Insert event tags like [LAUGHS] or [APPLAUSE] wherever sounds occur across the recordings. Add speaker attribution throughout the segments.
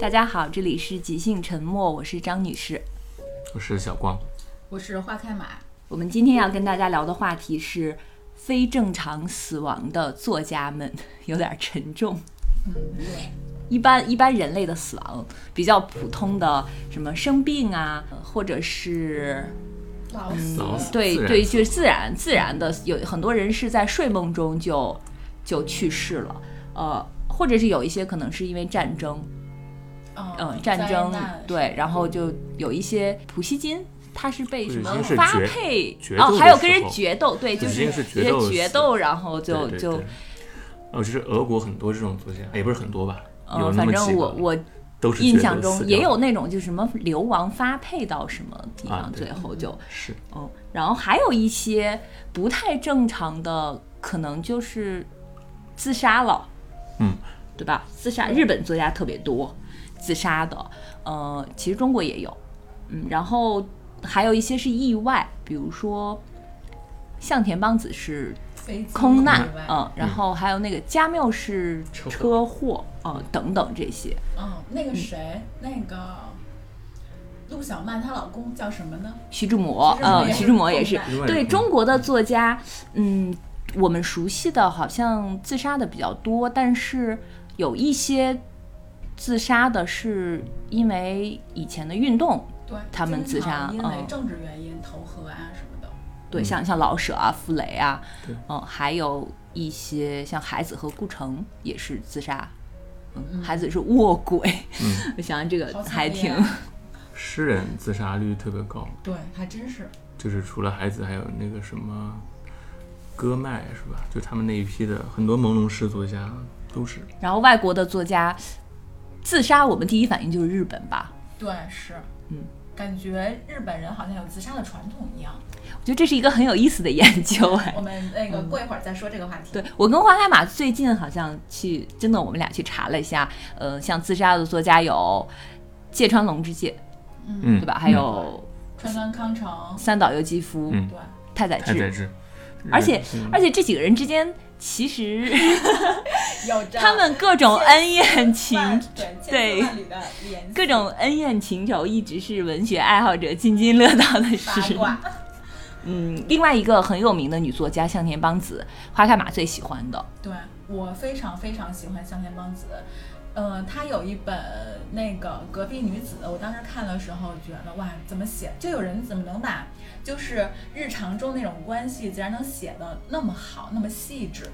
Speaker 1: 大家好，这里是即兴沉默，我是张女士。
Speaker 2: 我是小光。
Speaker 3: 我是花开马，
Speaker 1: 我们今天要跟大家聊的话题是非正常死亡的作家们， [LAUGHS] 有点沉重。
Speaker 2: 嗯
Speaker 1: 一般一般人类的死亡比较普通的，什么生病啊，或者是
Speaker 3: 老死
Speaker 2: 老
Speaker 3: 了
Speaker 2: 死
Speaker 1: 对
Speaker 2: 自然
Speaker 1: 对，
Speaker 2: 死
Speaker 1: 就是自然自然的，有很多人是在睡梦中就就去世了，呃，或者是有一些可能是因为战争，
Speaker 3: 嗯
Speaker 1: 嗯、战争
Speaker 3: 灾难
Speaker 1: 对，然后就有一些普希金，他是被什
Speaker 2: 普希
Speaker 1: 么
Speaker 2: 金是
Speaker 1: 发
Speaker 2: 决
Speaker 1: 配
Speaker 2: 决斗
Speaker 1: 哦，
Speaker 2: 的
Speaker 1: 还有
Speaker 2: 时
Speaker 1: 跟人
Speaker 2: 候
Speaker 1: 决斗，对，就
Speaker 2: 普希
Speaker 1: 是
Speaker 2: 金是决
Speaker 1: 一些
Speaker 2: 斗死
Speaker 1: 决
Speaker 2: 的
Speaker 1: 斗，然后就
Speaker 2: 对对
Speaker 1: 就
Speaker 2: 对哦，就是俄国很多这种作家，也不是很多吧，有
Speaker 1: 呃，
Speaker 2: 那
Speaker 1: 反
Speaker 2: 么
Speaker 1: 正
Speaker 2: 几
Speaker 1: 我
Speaker 2: 个
Speaker 1: 我
Speaker 2: 都是
Speaker 1: 印
Speaker 2: 觉
Speaker 1: 象
Speaker 2: 得
Speaker 1: 中
Speaker 2: 死
Speaker 1: 也
Speaker 2: 掉
Speaker 1: 有
Speaker 2: 了
Speaker 1: 那种就什么流亡发配到什么地
Speaker 2: 啊
Speaker 1: 方，
Speaker 2: 对
Speaker 1: 最后就。
Speaker 2: 是
Speaker 1: 嗯，然后还有一些不太正常的，可能就是自杀了，
Speaker 2: 嗯，
Speaker 1: 对吧？自杀，日本作家特别多，自杀的，呃，其实中国也有，嗯，然后还有一些是意外，比如说向田邦子是
Speaker 3: 飞机
Speaker 1: 空难
Speaker 3: 意，外
Speaker 1: 嗯，然后还有那个加缪是
Speaker 2: 车祸
Speaker 1: 车祸，嗯，等等这些，
Speaker 3: 嗯，那个谁，那个陆小曼她老公叫什么呢？
Speaker 1: 徐志摩，嗯，徐
Speaker 3: 徐
Speaker 1: 志
Speaker 3: 志
Speaker 1: 摩
Speaker 3: 摩
Speaker 1: 也
Speaker 3: 也
Speaker 1: 是
Speaker 3: 是
Speaker 2: 另外
Speaker 1: 对
Speaker 2: 一个
Speaker 1: 中国的作家，嗯，我们熟悉的好像自杀的比较多，但是有一些自杀的是因为以前的运动，
Speaker 3: 对，
Speaker 1: 他们自杀
Speaker 3: 经常因为
Speaker 1: 嗯
Speaker 3: 政治原因投河啊什么的。
Speaker 1: 对，像像老舍啊、傅雷啊
Speaker 2: 对，
Speaker 1: 嗯，还有一些像海子和顾城也是自杀。嗯，海子是卧轨，[LAUGHS]
Speaker 2: 嗯
Speaker 1: 我想想这个
Speaker 3: 好惨
Speaker 1: 还
Speaker 3: 烈
Speaker 1: 挺， [LAUGHS]
Speaker 3: 啊
Speaker 2: 诗人自杀率特别高，
Speaker 3: 对，还真是。
Speaker 2: 就是除了孩子，还有那个什么戈麦是吧？就他们那一批的很多朦胧诗作家都是
Speaker 1: 然后外国的作家自杀，我们第一反应就是日本吧，
Speaker 3: 对，是。
Speaker 1: 嗯。
Speaker 3: 感觉日本人好像有自杀的传统一样。
Speaker 1: 我觉得这是一个很有意思的研
Speaker 2: [LAUGHS]
Speaker 1: 究哎
Speaker 3: 我。们那个过一会儿再说这个话题。
Speaker 1: 对，我跟花开马最近好像去，真的我们俩去查了一下，呃，像自杀的作家有芥川龙之介，
Speaker 2: 嗯
Speaker 1: 对吧？还有
Speaker 3: 川端康成，
Speaker 1: 三岛由纪夫、
Speaker 2: 嗯
Speaker 3: 对，
Speaker 1: 太宰
Speaker 2: 太
Speaker 1: 治，
Speaker 2: 宰治，
Speaker 1: 而且
Speaker 2: 日
Speaker 1: 而且这几个人之间其实
Speaker 3: 有着
Speaker 1: 他们各种恩怨情。
Speaker 3: 万对千
Speaker 1: 对
Speaker 3: 丝万缕的联系
Speaker 1: 各种恩怨情仇一直是文学爱好者津津乐道的
Speaker 3: 八
Speaker 1: 事。
Speaker 3: 卦。
Speaker 1: 嗯，另外一个很有名的女作家向田邦子，花开马最喜欢的，
Speaker 3: 对我非常非常喜欢向田邦子，呃，她有一本那个《隔壁女子》，我当时看的时候觉得哇，怎么写？就有人怎么能把就是日常中那种关系，竟然能写的那么好，那么细致？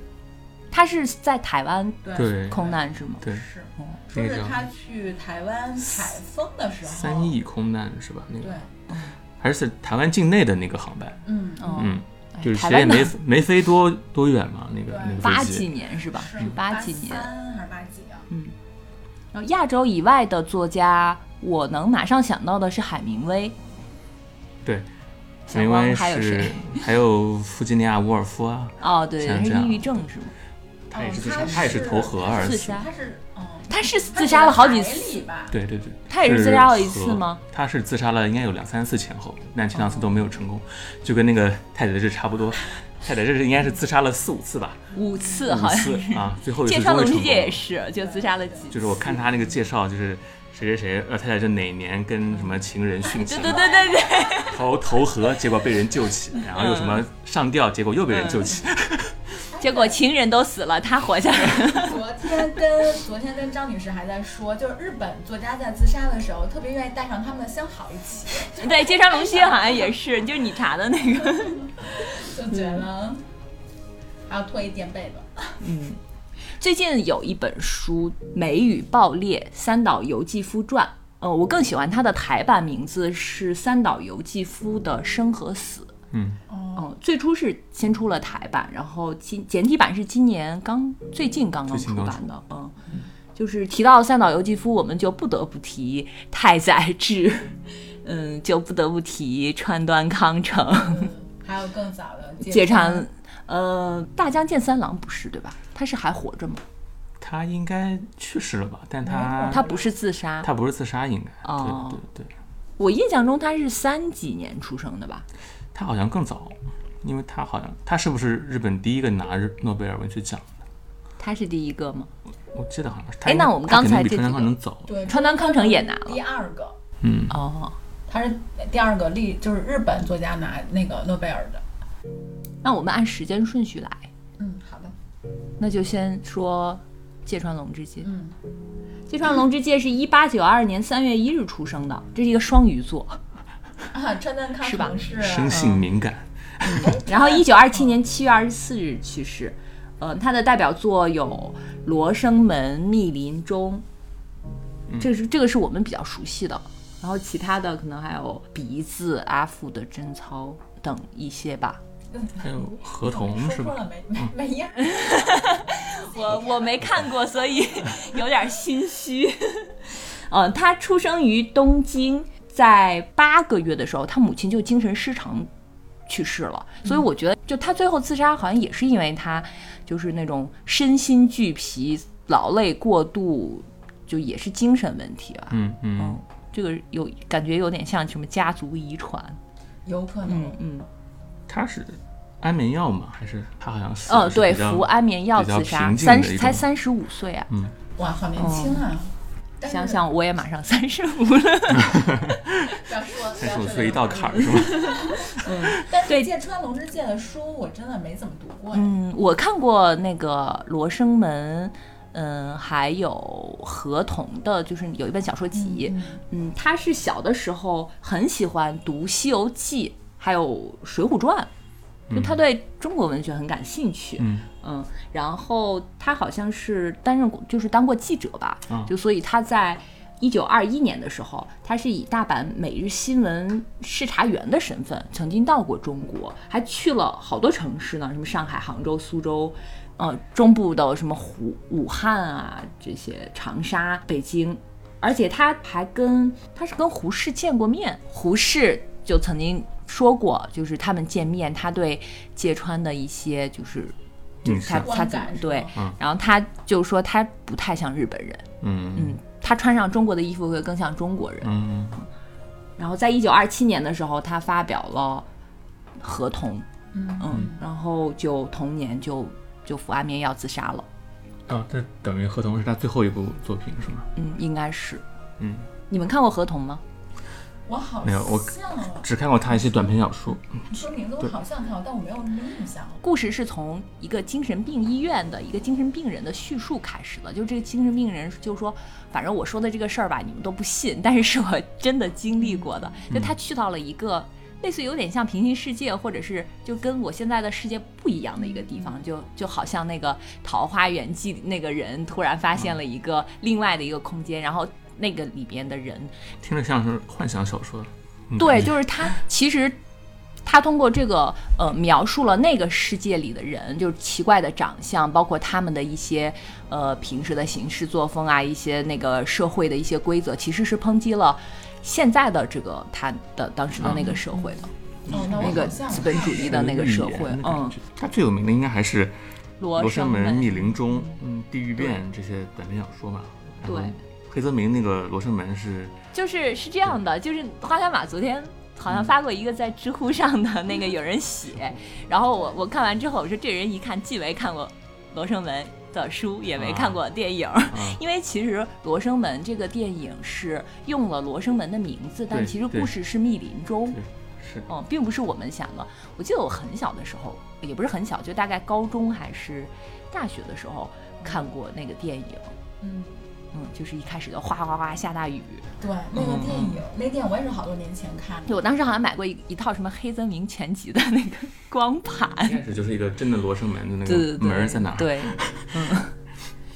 Speaker 1: 她是在台湾
Speaker 3: 对，
Speaker 2: 对
Speaker 1: 空难是吗？
Speaker 2: 嗯对
Speaker 3: 是，
Speaker 1: 哦
Speaker 3: 说
Speaker 2: 那
Speaker 3: 是
Speaker 2: 个
Speaker 3: 她去台湾采风的时候，
Speaker 2: 三亿空难是吧？那
Speaker 3: 对
Speaker 2: 个，还是台湾境内的那个航班，
Speaker 3: 嗯
Speaker 1: 哦
Speaker 2: 嗯，
Speaker 1: 哎
Speaker 2: 就是
Speaker 1: 台
Speaker 2: 谁也
Speaker 1: 湾的
Speaker 2: 没没飞多多远嘛，那个
Speaker 3: 对
Speaker 2: 那个
Speaker 1: 八
Speaker 2: 飞
Speaker 1: 几
Speaker 2: 机，
Speaker 1: 年是吧？
Speaker 3: 是
Speaker 1: 八几年。嗯
Speaker 3: 三还是八几啊？
Speaker 1: 然后亚洲以外的作家，我能马上想到的是海明威，
Speaker 2: 对，
Speaker 1: 小
Speaker 2: 海明
Speaker 1: 汪
Speaker 2: 威
Speaker 1: 还有
Speaker 2: 是
Speaker 1: 谁？
Speaker 2: 还有弗吉尼亚沃尔夫啊，
Speaker 1: 哦，对，
Speaker 2: 像
Speaker 1: 他是
Speaker 2: 这样
Speaker 1: 抑郁症是吗？
Speaker 2: 他也是
Speaker 3: 哦
Speaker 2: 自杀，
Speaker 3: 他
Speaker 2: 他也是
Speaker 3: 是
Speaker 2: 投河而
Speaker 1: 自
Speaker 2: 死。
Speaker 1: 杀
Speaker 3: 她是嗯，
Speaker 1: 他是
Speaker 3: 她
Speaker 1: 自杀了好几
Speaker 3: 是海
Speaker 1: 次
Speaker 3: 里，吧？
Speaker 2: 对对对，
Speaker 1: 他也是自杀了一次吗？哦
Speaker 2: 和他是自杀了，应该有两三次前后，但前两次都没有成功，就跟那个太宰治差不多。太宰治应该是自杀了四五
Speaker 1: [LAUGHS]
Speaker 2: 次吧，
Speaker 1: 五次好
Speaker 2: 五
Speaker 1: 像。
Speaker 2: 次啊，最后一
Speaker 1: 芥
Speaker 2: 次
Speaker 1: 川
Speaker 2: 终于
Speaker 1: 龙之 [LAUGHS]
Speaker 2: 成
Speaker 1: 介也
Speaker 2: 功。
Speaker 1: 是，就自杀了几
Speaker 2: 就是我看他那个介绍，就是谁谁谁，呃，太宰治哪年跟什么情人殉
Speaker 1: 对
Speaker 2: 情，
Speaker 1: 对对对对，
Speaker 2: 投投河，结果被人救起，然后又什
Speaker 1: 嗯
Speaker 2: 么上吊，结果又被人救起。
Speaker 1: 结果情人都死了，他活下来了。
Speaker 3: 昨天跟昨天跟张女士还在说，就是日本作家在自杀的时候，特别愿意带上他们的相好一起，
Speaker 1: 对，芥川龙之介好像也是，就是你查的那个。
Speaker 3: 就
Speaker 1: 嗯
Speaker 3: 觉得还要拖一垫被
Speaker 1: [LAUGHS]
Speaker 3: 子。
Speaker 1: 最近有一本书《美与爆裂：三岛由纪夫传》，呃，我更喜欢它的台版名字是三岛由纪夫的《生和死》。
Speaker 2: 嗯，
Speaker 3: 哦，
Speaker 1: 嗯，最初是先出了台版，然后今简体版是今年刚最近刚刚
Speaker 2: 最近
Speaker 1: 出
Speaker 2: 刚
Speaker 1: 版的。嗯，就是提到三岛由纪夫，我们就不得不提太宰治， [LAUGHS] 嗯，就不得不提川端康
Speaker 3: [LAUGHS]
Speaker 1: 成、
Speaker 3: 嗯还有更早的
Speaker 1: 芥
Speaker 3: 川
Speaker 1: 川，，呃，大江健三郎不是对吧？他是还活着吗？
Speaker 2: 他应该去世了吧？但他
Speaker 1: 嗯他不是自杀，
Speaker 2: 他不是自杀，应该
Speaker 1: 啊哦
Speaker 2: 对对对，
Speaker 1: 我印象中他是三几年出生的吧？
Speaker 2: 他好像更早，因为他好像他是不是日本第一个拿日诺贝尔文学奖？
Speaker 1: 他是第一个吗？
Speaker 2: 我记得好像是他
Speaker 1: 哎
Speaker 2: 应该。
Speaker 1: 那我们
Speaker 2: 他
Speaker 1: 刚
Speaker 2: 肯定
Speaker 1: 才
Speaker 2: 比
Speaker 1: 这几
Speaker 2: 川南康
Speaker 1: 个
Speaker 2: 能早。
Speaker 3: 对，
Speaker 1: 川端康成也拿了
Speaker 3: 第二个，
Speaker 2: 嗯，
Speaker 1: 哦，
Speaker 3: 他是第二个立，就是日本作家拿那个诺贝尔的。
Speaker 1: 那我们按时间顺序来，
Speaker 3: 嗯，好的，
Speaker 1: 那就先说芥川龙之介。
Speaker 3: 嗯，
Speaker 1: 芥川龙之介是一八九二年三月一日出生的，这是一个双鱼座。
Speaker 3: 啊，川端康
Speaker 1: 是吧
Speaker 3: 成是
Speaker 2: 生性敏感，
Speaker 1: 然后一九二七年七月二十四日去世。呃，他的代表作有《罗生门》《密林中》，这是这个是我们比较熟悉的。然后其他的可能还有《鼻子》《阿富的贞操》等一些吧。
Speaker 2: 还有
Speaker 1: 嗯
Speaker 2: 合同
Speaker 3: 说
Speaker 2: 是
Speaker 3: 错
Speaker 2: 吧？嗯
Speaker 3: 了没没没样。
Speaker 1: 我我没看过，所以 [LAUGHS] 有点心虚。 [LAUGHS] 嗯，他出生于东京，在八个月的时候，他母亲就精神失常去世了，所以我觉得，就他最后自杀，好像也是因为他就是那种身心俱疲、劳累过度，就也是精神问题吧。
Speaker 2: 嗯嗯
Speaker 1: 嗯，这个有感觉有点像什么家族遗传。
Speaker 3: 有可能
Speaker 1: 嗯，嗯，
Speaker 2: 他是安眠药吗？还是他好像死
Speaker 1: 呃，
Speaker 2: 嗯的是
Speaker 1: 对，
Speaker 2: 比较
Speaker 1: 服安眠药
Speaker 2: 比较
Speaker 1: 自杀，
Speaker 2: 平静的
Speaker 1: 三
Speaker 2: 一
Speaker 1: 十
Speaker 2: 种
Speaker 1: 才三十五岁啊！
Speaker 3: 哇，好年轻啊！但是
Speaker 1: 想想我也马上三十五了。
Speaker 3: 不要说，不
Speaker 2: 三
Speaker 3: 要
Speaker 2: 十五
Speaker 3: 说
Speaker 2: 岁一
Speaker 3: 这
Speaker 2: 道
Speaker 3: 个
Speaker 2: 坎儿是吧？
Speaker 1: [LAUGHS]
Speaker 3: 但是
Speaker 1: 对
Speaker 3: 芥川龙之介的书我真的没怎么读过，
Speaker 1: 嗯，我看过那个《罗生门》，嗯，还有《合同》的，就是有一本小说集。嗯，他是小的时候很喜欢读《西游记》，还有《水浒传》，就他对中国文学很感兴趣。
Speaker 2: 嗯
Speaker 1: 嗯，然后他好像是担任过，就是当过记者吧，
Speaker 2: 嗯
Speaker 1: 就所以他在一九二一年的时候，他是以大阪《每日新闻》视察员的身份，曾经到过中国，还去了好多城市呢，什么上海、杭州、苏州，呃，中部的什么湖、武汉啊这些，长沙、北京，而且他还跟他是跟胡适见过面，胡适就曾经说过，就是他们见面，他对芥川的一些就是
Speaker 2: 影
Speaker 1: 他他
Speaker 2: 响，
Speaker 1: 怎么
Speaker 3: 观感是
Speaker 1: 对
Speaker 3: 吗，
Speaker 2: 嗯
Speaker 1: 然后他就说他不太像日本人，
Speaker 2: 嗯
Speaker 1: 嗯，他穿上中国的衣服会更像中国人。
Speaker 2: 嗯
Speaker 1: 然后在一九二七年的时候，他发表了《合同》，
Speaker 3: 嗯
Speaker 1: 嗯，然后就同年就就服安眠药自杀了，
Speaker 2: 啊，这等于合同是他最后一部作品是吗？
Speaker 1: 嗯，应该是。
Speaker 2: 嗯，
Speaker 1: 你们看过《合同》吗？
Speaker 3: 我好
Speaker 2: 没有我
Speaker 3: 像啊
Speaker 2: 只看过他一些短篇小说。
Speaker 3: 说名字我好像看过，但我没有什么印象。
Speaker 1: 故事是从一个精神病医院的一个精神病人的叙述开始的。就这个精神病人就说，反正我说的这个事儿吧，你们都不信，但是是我真的经历过的。就他去到了一个类似有点像平行世界，或者是就跟我现在的世界不一样的一个地方，就就好像那个《桃花源记》里那个人突然发现了一个另外的一个空间，然后那个里边的人
Speaker 2: 听着像是幻想小说。嗯
Speaker 1: 对，就是他其实他通过这个呃描述了那个世界里的人，就是奇怪的长相，包括他们的一些呃平时的行事作风啊，一些那个社会的一些规则，其实是抨击了现在的这个他的当时的
Speaker 2: 嗯
Speaker 1: 那个社会的、
Speaker 3: 哦，那我
Speaker 1: 那个
Speaker 3: 好像
Speaker 1: 资本主义的那个社会，嗯，，
Speaker 2: 他最有名的应该还是《
Speaker 1: 罗
Speaker 2: 罗生门》《
Speaker 1: 门
Speaker 2: 密林中》嗯，《地狱变》这些短篇小说嘛。然后
Speaker 1: 对
Speaker 2: 黑泽明那个《罗生门》是
Speaker 1: 就是是这样的，就是花开马昨天好
Speaker 2: 嗯
Speaker 1: 像发过一个在知乎上的那个有人
Speaker 2: [LAUGHS]
Speaker 1: 写，然后我我看完之后，我说这人一看既没看过《罗生门》的书，也没看过电影。
Speaker 2: 啊，
Speaker 1: 因为其实《罗生门》这个电影是用了《罗生门》的名字，但
Speaker 2: 对
Speaker 1: 其实
Speaker 2: 对
Speaker 1: 故事是密林中，
Speaker 2: 对是
Speaker 1: 嗯，并不是我们想的。我记得我很小的时候，也不是很小，就大概高中还是大学的时候看过那个电影，
Speaker 3: 嗯，
Speaker 1: 嗯，就是一开始就哗哗哗下大雨，
Speaker 3: 对，那个电
Speaker 2: 嗯
Speaker 3: 影，那电影我也是好多年前看的。
Speaker 1: 对，我当时好像买过一一套什么黑泽明全集的那个 [LAUGHS] 光
Speaker 2: 一
Speaker 1: 盘，
Speaker 2: 开始就是一个真的罗生门的
Speaker 1: [LAUGHS]
Speaker 2: 那
Speaker 1: 对对
Speaker 2: 个
Speaker 1: 对，
Speaker 2: 哎门儿在哪儿？
Speaker 1: 对，嗯，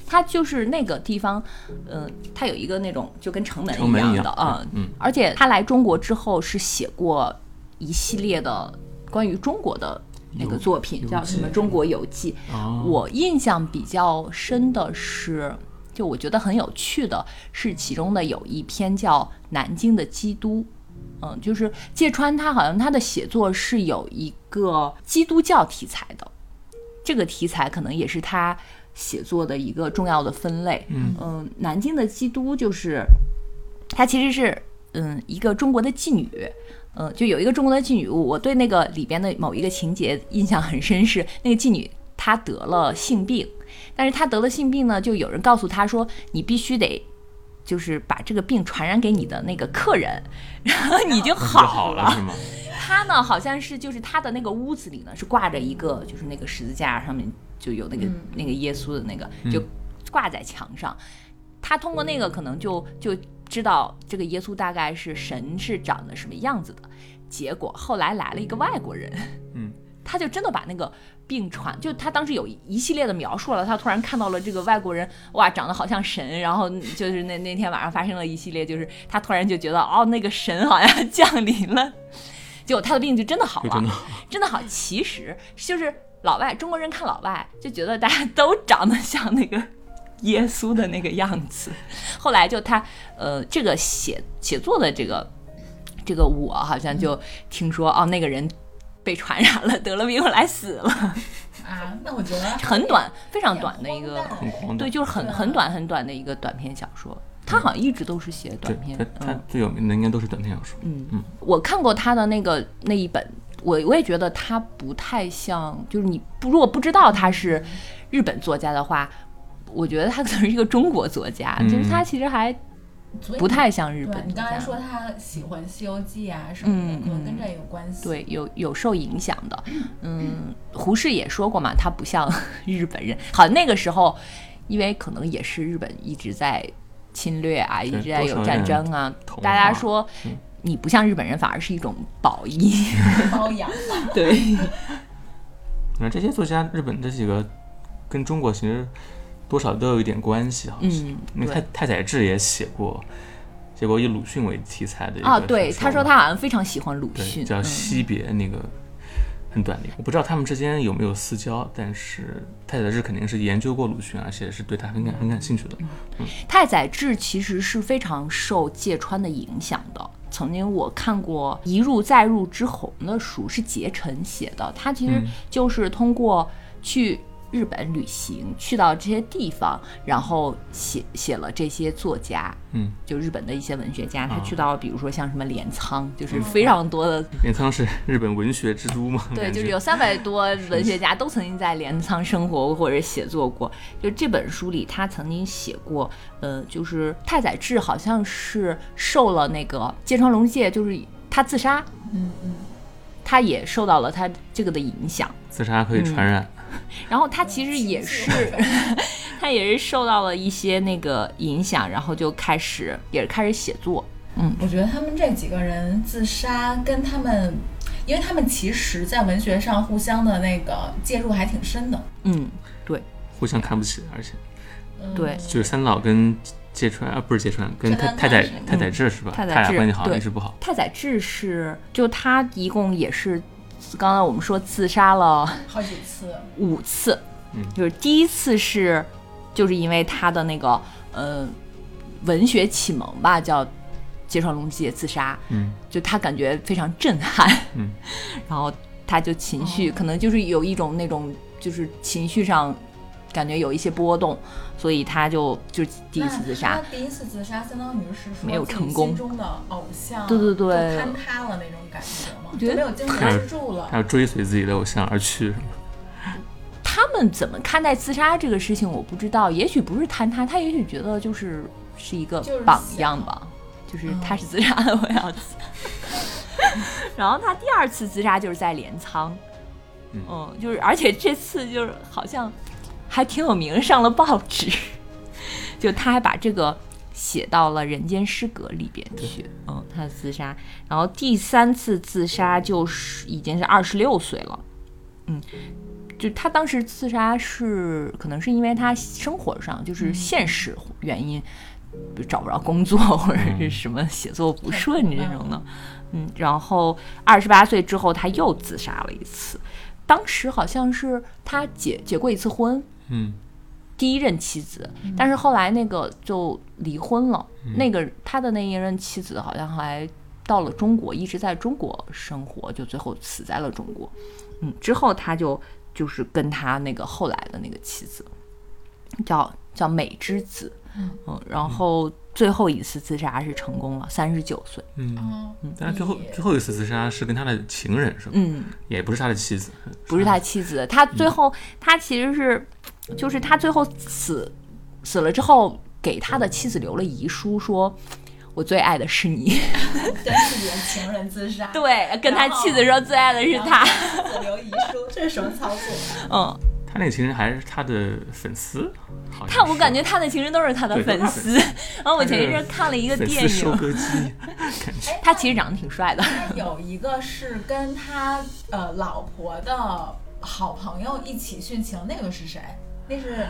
Speaker 1: 它就是那个地方，嗯、它有一个那种就跟城门
Speaker 2: 城门一
Speaker 1: 的
Speaker 2: 样
Speaker 1: 啊，
Speaker 2: 嗯嗯
Speaker 1: 而且他来中国之后是写过一系列的关于中国的那个
Speaker 2: 游
Speaker 1: 作品，
Speaker 2: 游
Speaker 1: 叫什么《
Speaker 2: 记
Speaker 1: 中国游记》，
Speaker 2: 哦，
Speaker 1: 我印象比较深的是，就我觉得很有趣的是，其中的有一篇叫《南京的基督》，嗯，就是芥川他好像他的写作是有一个基督教题材的，这个题材可能也是他写作的一个重要的分类。
Speaker 2: 嗯
Speaker 1: 嗯，南京的基督就是它其实是嗯一个中国的妓女，嗯，就有一个中国的妓女，我对那个里边的某一个情节印象很深是，那个妓女她得了性病，但是他得了性病呢，就有人告诉他说，你必须得就是把这个病传染给你的那个客人，然后你就
Speaker 2: 就好
Speaker 1: 好
Speaker 2: 了是吗？
Speaker 1: 他呢，好像是就是他的那个屋子里呢是挂着一个就是那个十字架上面就有那个、
Speaker 3: 嗯
Speaker 1: 那个耶稣的那个就挂在墙上，他通过那个可能就就知道这个耶稣大概是神是长得什么样子的。结果后来来了一个外国人，
Speaker 2: 嗯，
Speaker 1: [LAUGHS] 他就真的把那个病传，就他当时有一系列的描述了，他突然看到了这个外国人，哇，长得好像神，然后就是那那天晚上发生了一系列，就是他突然就觉得哦，那个神好像降临了，结果他的病就真的好
Speaker 2: 就
Speaker 1: 了，
Speaker 2: 真的
Speaker 1: 真的好。其实就是老外中国人看老外就觉得大家都长得像那个耶稣的那个样子。 [LAUGHS] 后来就他呃，这个写写作的这个这个我好像就听说哦，那个人被传染了，得了病后来死了，
Speaker 3: 啊，那我觉得
Speaker 1: 很短， [LAUGHS] 非常短的一个，
Speaker 2: 很荒
Speaker 1: 对，
Speaker 2: 诞。
Speaker 1: 就是很
Speaker 3: 对啊
Speaker 1: 很短很短的一个短篇小说。他好像一直都是写短篇
Speaker 2: 他，嗯他
Speaker 1: 嗯。
Speaker 2: 最有名的应该都是短篇小说。
Speaker 1: 嗯，我看过他的那个那一本，我我也觉得他不太像，就是你不如果不知道他是日本作家的话，我觉得他可能是一个中国作家，
Speaker 2: 嗯
Speaker 1: 就是他其实还不太像日
Speaker 3: 对
Speaker 1: 本
Speaker 3: 你
Speaker 1: 作
Speaker 3: 刚才
Speaker 1: 家。
Speaker 3: 说他喜欢《西游记》啊什么的，
Speaker 1: 嗯
Speaker 3: 可能
Speaker 1: 嗯
Speaker 3: 跟这有关系。
Speaker 1: 对，有有受影响的，嗯，胡适也说过嘛，他不像日本人。好，那个时候，因为可能也是日本一直在侵略啊，一
Speaker 2: 对
Speaker 1: 直在
Speaker 2: 多
Speaker 1: 有
Speaker 2: 少
Speaker 1: 战
Speaker 2: 人
Speaker 1: 争啊，
Speaker 2: 同
Speaker 1: 大家
Speaker 2: 化
Speaker 1: 说
Speaker 2: 嗯
Speaker 1: 你不像日本人，反而是一种褒义。
Speaker 3: 包养，
Speaker 1: 对，
Speaker 2: 那这些作家，日本这几个跟中国其实多少都有一点关系，好像是。
Speaker 1: 嗯，
Speaker 2: 因为
Speaker 1: 对
Speaker 2: 太太宰治也写过，写过以鲁迅为题材的一个
Speaker 1: 啊，对，
Speaker 2: 小
Speaker 1: 他说
Speaker 2: 嘛
Speaker 1: 他好像非常喜欢鲁
Speaker 2: 对
Speaker 1: 迅，
Speaker 2: 叫
Speaker 1: 嗯
Speaker 2: 惜别那个很短的一个，我不知道他们之间有没有私交，但是太宰治肯定是研究过鲁迅，而且是对他很感很感兴趣的。
Speaker 1: 嗯太宰治其实是非常受芥川的影响的。曾经我看过《一入再入之红》的书，是结晨写的。他其实
Speaker 2: 嗯
Speaker 1: 就是通过去日本旅行，去到这些地方，然后写写了这些作家，
Speaker 2: 嗯，
Speaker 1: 就日本的一些文学家。他
Speaker 2: 啊
Speaker 1: 去到比如说像什么镰仓，就是非常多的
Speaker 2: 镰仓是日本文学之都嘛，
Speaker 1: 对，
Speaker 2: 感
Speaker 1: 就是
Speaker 2: 觉
Speaker 1: 有三百多文学家都曾经在镰仓生活或者写作过。就这本书里，他曾经写过，呃，就是太宰治好像是受了那个芥川龙介，就是他自杀，
Speaker 3: 嗯嗯，
Speaker 1: 他也受到了他这个的影响。
Speaker 2: 自杀可以传染，
Speaker 1: 嗯然后他其实也是， [LAUGHS] 他也是受到了一些那个影响，然后就开始也是开始写作。
Speaker 3: 我觉得他们这几个人自杀，跟他们，因为他们其实，在文学上互相的那个介入还挺深的。
Speaker 1: 嗯，对
Speaker 2: 互相看不起，而且
Speaker 3: 嗯、
Speaker 1: 对
Speaker 2: 就是三岛跟芥川啊，不是芥川，跟
Speaker 3: 芥
Speaker 2: 太
Speaker 3: 川
Speaker 2: 太宰
Speaker 3: 康是
Speaker 2: 太宰治是吧？他
Speaker 1: 嗯太宰
Speaker 2: 俩
Speaker 1: 治
Speaker 2: 关系好像
Speaker 1: 对
Speaker 2: 一直不好。
Speaker 1: 太宰治是，就他一共也是，刚才我们说自杀了。
Speaker 3: 好几次，
Speaker 1: 五次，
Speaker 2: 嗯
Speaker 1: 就是第一次是，就是因为他的那个呃文学启蒙吧，叫芥川龙之介自杀，
Speaker 2: 嗯，
Speaker 1: 就他感觉非常震撼，
Speaker 2: 嗯，
Speaker 1: [LAUGHS] 然后他就情绪、可能就是有一种那种就是情绪上感觉有一些波动，所以他就就第一次自杀
Speaker 3: 那，他第一次自杀相当于是说
Speaker 1: 没有
Speaker 3: 自己
Speaker 1: 成功
Speaker 3: 心中的偶像，
Speaker 1: 对对对
Speaker 3: 就坍塌了那种感觉嘛，
Speaker 1: 觉得
Speaker 3: 就没有经
Speaker 2: 太
Speaker 3: 得住了
Speaker 2: 他。要追随自己的偶像而去，
Speaker 1: 他们怎么看待自杀这个事情，我不知道。也许不是坍塌，他也许觉得就是是一个
Speaker 3: 就是
Speaker 1: 榜
Speaker 3: 想
Speaker 1: 样吧，就是他是自杀的，我要自。
Speaker 3: 哦
Speaker 1: [LAUGHS] 然后他第二次自杀就是在镰仓，
Speaker 2: 嗯
Speaker 1: 嗯，就是而且这次就是好像还挺有名，上了报纸。 [LAUGHS] 就他还把这个写到了《人间失格》里边去，嗯，他的自杀。然后第三次自杀就是已经是二十六岁了，嗯，就他当时自杀是可能是因为他生活上就是现实原因，比如找不着工作或者是什么写作不顺这种的，嗯，然后二十八岁之后他又自杀了一次，当时好像是他结结过一次婚，
Speaker 2: 嗯，
Speaker 1: 第一任妻子，但是后来那个就离婚了。那个他的那一任妻子好像还到了中国，一直在中国生活，就最后死在了中国。嗯，之后他就就是跟他那个后来的那个妻子，叫叫美之子，
Speaker 3: 嗯
Speaker 1: 嗯，然后最后一次自杀是成功了，三十九岁。
Speaker 2: 嗯，
Speaker 3: 哦，
Speaker 2: 但是最后
Speaker 3: 你
Speaker 2: 最后一次自杀是跟他的情人是吧？
Speaker 1: 嗯，
Speaker 2: 也不是他的妻子，
Speaker 1: 不是他妻子，他
Speaker 2: 嗯
Speaker 1: 最后、他其实是，就是他最后死死了之后，给他的妻子留了遗书，说。我最爱的是你，
Speaker 3: 跟自己的情人自杀，
Speaker 1: [LAUGHS] 对， [LAUGHS] 跟他妻子说最爱的是他，
Speaker 3: 然后留遗书，这是什么操作？
Speaker 1: 嗯，
Speaker 2: 他那个情人还是他的粉丝，好像
Speaker 1: 他我
Speaker 2: 是
Speaker 1: 感觉他的情人都是他的
Speaker 2: 对
Speaker 1: 粉
Speaker 2: 都是
Speaker 1: 丝，然后我前一阵看了一个
Speaker 2: 粉
Speaker 1: 电
Speaker 2: 丝收
Speaker 1: 影，
Speaker 2: 割机，
Speaker 3: 哎
Speaker 1: 他其实长得挺帅的， [LAUGHS]
Speaker 3: 那有一个是跟他呃老婆的好朋友一起殉情，那个是谁？那是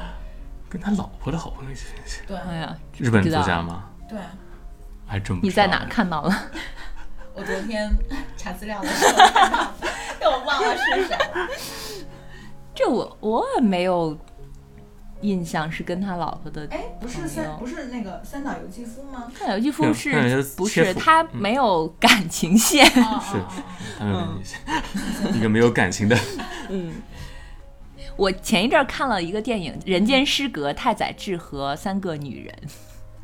Speaker 2: 跟他老婆的好朋友一起分析，
Speaker 3: 对
Speaker 1: 哎呀，
Speaker 2: 日本
Speaker 1: 知
Speaker 2: 作
Speaker 1: 道
Speaker 2: 家吗？
Speaker 3: 对，
Speaker 2: 还真不
Speaker 1: 你
Speaker 2: 知道
Speaker 1: 在哪看到了？ [LAUGHS]
Speaker 3: 我昨天 [LAUGHS] 查资料的时候看到的， [LAUGHS] 但我忘了是谁了。
Speaker 1: 这我我也没有印象是跟他老婆的。
Speaker 3: 哎，不是
Speaker 1: 朋
Speaker 3: 三
Speaker 1: 友
Speaker 3: 不是那个三岛由纪夫
Speaker 1: [LAUGHS]
Speaker 3: 吗？
Speaker 1: 看有一
Speaker 2: 没
Speaker 1: 夫
Speaker 2: 有
Speaker 1: 是
Speaker 2: 看有些
Speaker 1: 不
Speaker 2: 切
Speaker 1: 是
Speaker 2: 腹
Speaker 1: 他
Speaker 2: 嗯
Speaker 1: 没有感情线？
Speaker 3: 哦
Speaker 2: 是 [LAUGHS]
Speaker 3: 哦哦
Speaker 2: 是，他们有点意
Speaker 1: [LAUGHS]
Speaker 2: 思一个没有感情的，
Speaker 1: 嗯，我前一阵儿看了一个电影《人间失格》，太宰治和三个女人，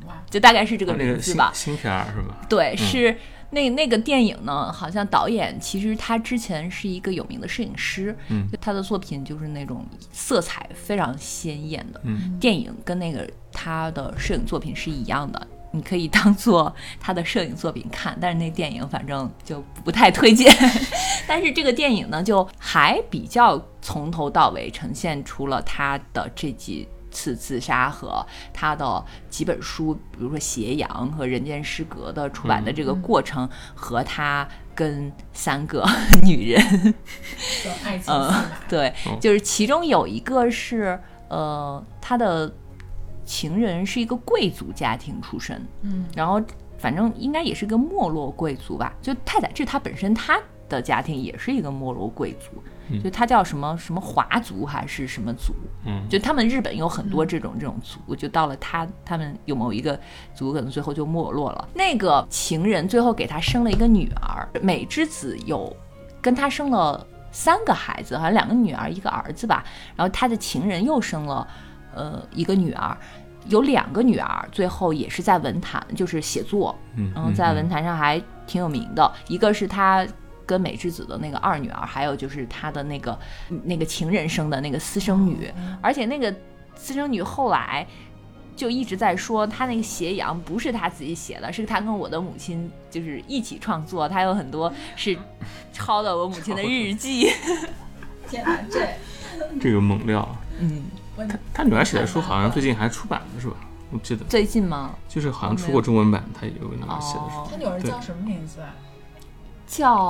Speaker 3: 哦哇，
Speaker 1: [LAUGHS] 就大概是这个
Speaker 2: 啊那
Speaker 1: 名
Speaker 2: 个
Speaker 1: 字
Speaker 2: 新嗯
Speaker 1: 吧。
Speaker 2: 新片儿是吧？
Speaker 1: 对，是那那个电影呢，好像导演其实他之前是一个有名的摄影师，
Speaker 2: 嗯
Speaker 1: 就他的作品就是那种色彩非常鲜艳的、
Speaker 2: 嗯
Speaker 1: 电影，跟那个他的摄影作品是一样的。你可以当做 [LAUGHS] 他的摄影作品看，但是那电影反正就不太推荐。 [LAUGHS] 但是这个电影呢，就还比较从头到尾呈现出了他的这几次自杀和他的几本书，比如说《斜阳》和《人间失格》的出版的这个过程，和他跟三个 [LAUGHS] 女人，
Speaker 3: 就爱情戏
Speaker 1: 嗯
Speaker 3: 码，
Speaker 1: 对
Speaker 2: 哦，
Speaker 1: 就是其中有一个是呃，他的情人是一个贵族家庭出身，
Speaker 3: 嗯
Speaker 1: 然后反正应该也是个没落贵族吧。就太宰治他本身他的家庭也是一个没落贵族，
Speaker 2: 嗯
Speaker 1: 就他叫什么什么华族还是什么族，
Speaker 2: 嗯，
Speaker 1: 就他们日本有很多这种这种族，就到了他他们有某一个族，可能最后就没落了。那个情人最后给他生了一个女儿，美之子有跟他生了三个孩子，好像两个女儿一个儿子吧。然后他的情人又生了呃一个女儿，有两个女儿，最后也是在文坛就是写作，
Speaker 2: 嗯
Speaker 1: 然后
Speaker 2: 嗯
Speaker 1: 在
Speaker 2: 嗯
Speaker 1: 文坛上还挺有名的。一个是他跟美智子的那个二女儿，还有就是他的那个那个情人生的那个私生女，
Speaker 2: 哦
Speaker 1: 而且那个私生女后来。就一直在说他那个《斜阳》不是他自己写的，是他跟我的母亲就是一起创作，他有很多是抄的我母亲的日记。
Speaker 3: 天哪，这
Speaker 2: 这个猛料，
Speaker 1: 嗯，
Speaker 3: 我
Speaker 2: 他女儿写的书好像最近还出版了是吧？我记得
Speaker 1: 最近吗？
Speaker 2: 就是好像出过中文版，他也有女嗯儿写的书。
Speaker 1: 哦
Speaker 3: 他女儿叫什么名字啊？
Speaker 1: 叫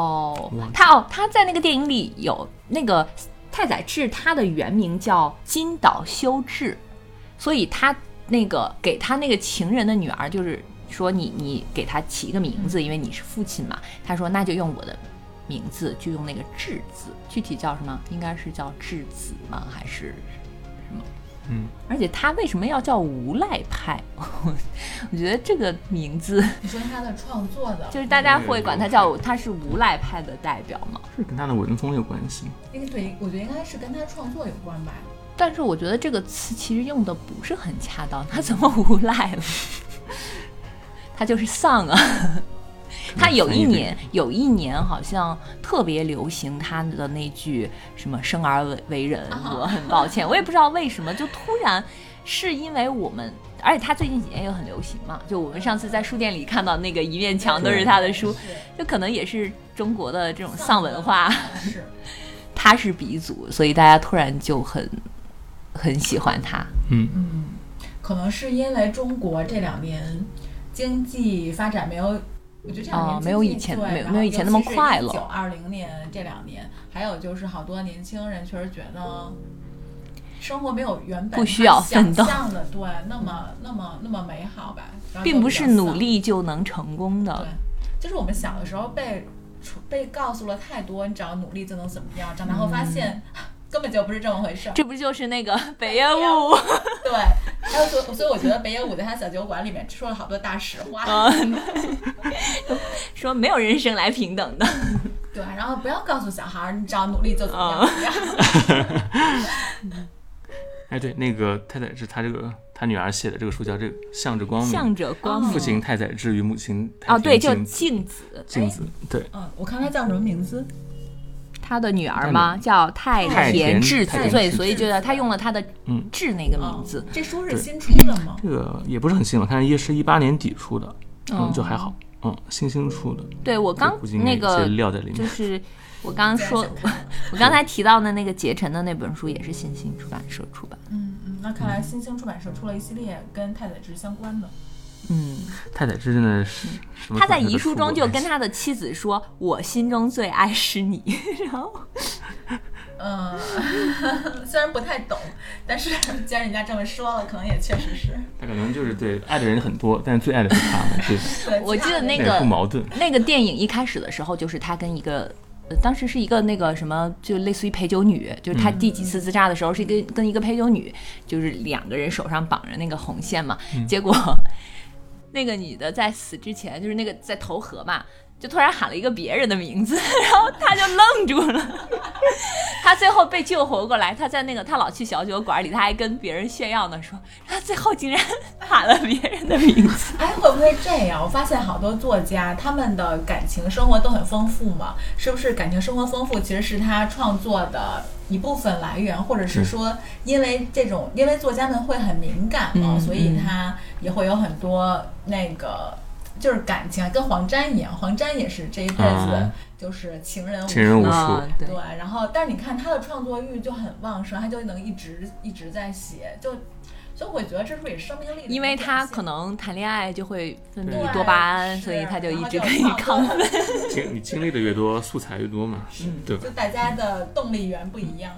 Speaker 2: 忘记
Speaker 1: 他哦，他在那个电影里有那个太宰治，他的原名叫金岛修治，所以他那个给他那个情人的女儿，就是说你你给他起一个名字，因为你是父亲嘛。他说那就用我的名字，就用那个智字，具体叫什么？应该是叫智子吗？还是
Speaker 2: 嗯，
Speaker 1: 而且他为什么要叫无赖派？ [LAUGHS] 我我觉得这个名字
Speaker 3: 你说他的创作的，
Speaker 1: 就是大家会管他叫他是无赖派的代表嘛。
Speaker 2: 这跟他的文风有关系吗。
Speaker 3: 那个对，我觉得应该是跟他创作有关吧。
Speaker 1: 但是我觉得这个词其实用的不是很恰当，他怎么无赖了？ [LAUGHS] 他就是丧啊！ [LAUGHS] 嗯他有一年，有一年好像特别流行他的那句什么“生而为为人”，我很抱歉，我也不知道为什么，就突然是因为我们，而且他最近几年也很流行嘛，就我们上次在书店里看到那个一面墙都是他的书，就可能也是中国的这种丧文化。
Speaker 3: 是，
Speaker 1: 他是鼻祖，所以大家突然就很很喜欢他。
Speaker 2: 嗯，
Speaker 3: 嗯，可能是因为中国这两年经济发展没有。我觉得这两年、
Speaker 1: 哦没有以前没有没有以前那么快了
Speaker 3: 九二零年这两年，还有就是好多年轻人确实觉得生活没有原本
Speaker 1: 不需要
Speaker 3: 他想
Speaker 1: 奋斗
Speaker 3: 象的对那么那么那么美好吧，然后就
Speaker 1: 并不是
Speaker 3: 比较丧
Speaker 1: 努力就能成功的。
Speaker 3: 就是我们小的时候被出被告诉了太多，你只要努力就能怎么样，长大后发现、 [LAUGHS] 根本就不是这么回事儿。
Speaker 1: 嗯这不就是那个北野武？
Speaker 3: 对， [LAUGHS] 还有所所以我觉得北野武在他小酒馆里面说了好多大实
Speaker 1: [LAUGHS]
Speaker 3: 话。
Speaker 1: 嗯， [LAUGHS] 说没有人生来平等的。
Speaker 3: 对，然后不要告诉小孩儿，你只要努力就怎
Speaker 1: 啊
Speaker 3: 么样怎么样。
Speaker 2: 哎对，那个太宰治他这个他女儿写的这个书叫《这个向着光明》，
Speaker 1: 向着光
Speaker 2: 嗯父
Speaker 1: 明。
Speaker 2: 亲太宰治与母亲太
Speaker 1: 哦，对，就
Speaker 2: 田静子
Speaker 1: 静子，
Speaker 2: 镜子，对，
Speaker 3: [LAUGHS] 嗯，我看他叫什么名字？
Speaker 1: 他的女儿
Speaker 2: 太
Speaker 1: 嘛，叫太
Speaker 2: 太
Speaker 1: 田
Speaker 2: 田
Speaker 1: 智
Speaker 2: 太
Speaker 1: 子，
Speaker 2: 田
Speaker 1: 所以
Speaker 2: 智
Speaker 1: 所以
Speaker 3: 子
Speaker 1: 就叫他用了他的
Speaker 2: 嗯
Speaker 1: “智”那个名字
Speaker 3: 哦。这书是
Speaker 2: 对
Speaker 3: 新出的吗？
Speaker 2: 这个也不是很新了，看一是一八年底出的，
Speaker 1: 哦
Speaker 2: 嗯，就还好，嗯，新兴出的，
Speaker 1: 对我
Speaker 2: 我
Speaker 1: 刚
Speaker 2: 估计应该
Speaker 1: 那
Speaker 2: 有些
Speaker 1: 个
Speaker 2: 料在里面，
Speaker 1: 就是我刚
Speaker 3: 竟然 [LAUGHS]
Speaker 1: 说
Speaker 3: 想，
Speaker 1: [LAUGHS]
Speaker 3: 看了
Speaker 1: 我刚才提到的那个结成的那本书也是新兴出版社出版。
Speaker 3: 嗯嗯，那看来新兴出版社出了一系列跟太宰治相关的。
Speaker 1: 嗯，
Speaker 2: 太宰治真的是什么
Speaker 1: 他在
Speaker 2: 东西
Speaker 1: 遗
Speaker 2: 都
Speaker 1: 书
Speaker 2: 出
Speaker 1: 中
Speaker 2: 过
Speaker 1: 就
Speaker 2: 哎
Speaker 1: 跟他的妻子说：“我心中最爱是你。”然后
Speaker 3: 嗯， [LAUGHS] 虽然不太懂，但是既然人家这么说了，可能也确实是。
Speaker 2: 他可能就是对爱的人很多，但是最爱的是他嘛，
Speaker 1: [LAUGHS]
Speaker 2: 对，
Speaker 3: 对
Speaker 1: 我记得那
Speaker 2: 那
Speaker 1: 个
Speaker 2: 也不矛盾。
Speaker 1: 那个电影一开始的时候，就是他跟一个。呃当时是一个那个什么，就类似于陪酒女，就是他第几次自杀的时候，是跟跟一个陪酒女，就是两个人手上绑着那个红线嘛。结果 [LAUGHS] 那个女的在死之前，就是那个在投河嘛，就突然喊了一个别人的名字， [LAUGHS] 然后他就愣住了。 [LAUGHS] 他最后被救活过来，他在那个他老去小酒馆里，他还跟别人炫耀呢，说他最后竟然喊了别人的名
Speaker 3: [LAUGHS]
Speaker 1: 字。
Speaker 3: 哎，会不会这样？我发现好多作家他们的感情生活都很丰富嘛，是不是？感情生活丰富其实是他创作的一部分来源，或者是
Speaker 2: 嗯
Speaker 3: 说，因为这种，因为作家们会很敏感嘛，
Speaker 1: 嗯
Speaker 3: 所以他也会有很多那个。就是感情啊，跟黄沾一样，黄沾也是这一辈子
Speaker 2: 啊
Speaker 3: 就是情人无
Speaker 2: 情人无数
Speaker 1: 啊，对
Speaker 3: 对，然后但是你看他的创作欲就很旺盛，他就能一直一直在写，就就会觉得这是不是也是生命力的一种表现？
Speaker 1: 因为他可能谈恋爱就会分
Speaker 2: 对
Speaker 1: 泌多巴胺，所以他就一直可以亢奋。
Speaker 3: 奋。
Speaker 2: 经你经历的越多，素材越多嘛，
Speaker 1: 嗯
Speaker 2: 对吧
Speaker 1: [LAUGHS]
Speaker 3: 就？大家的动力源不一样，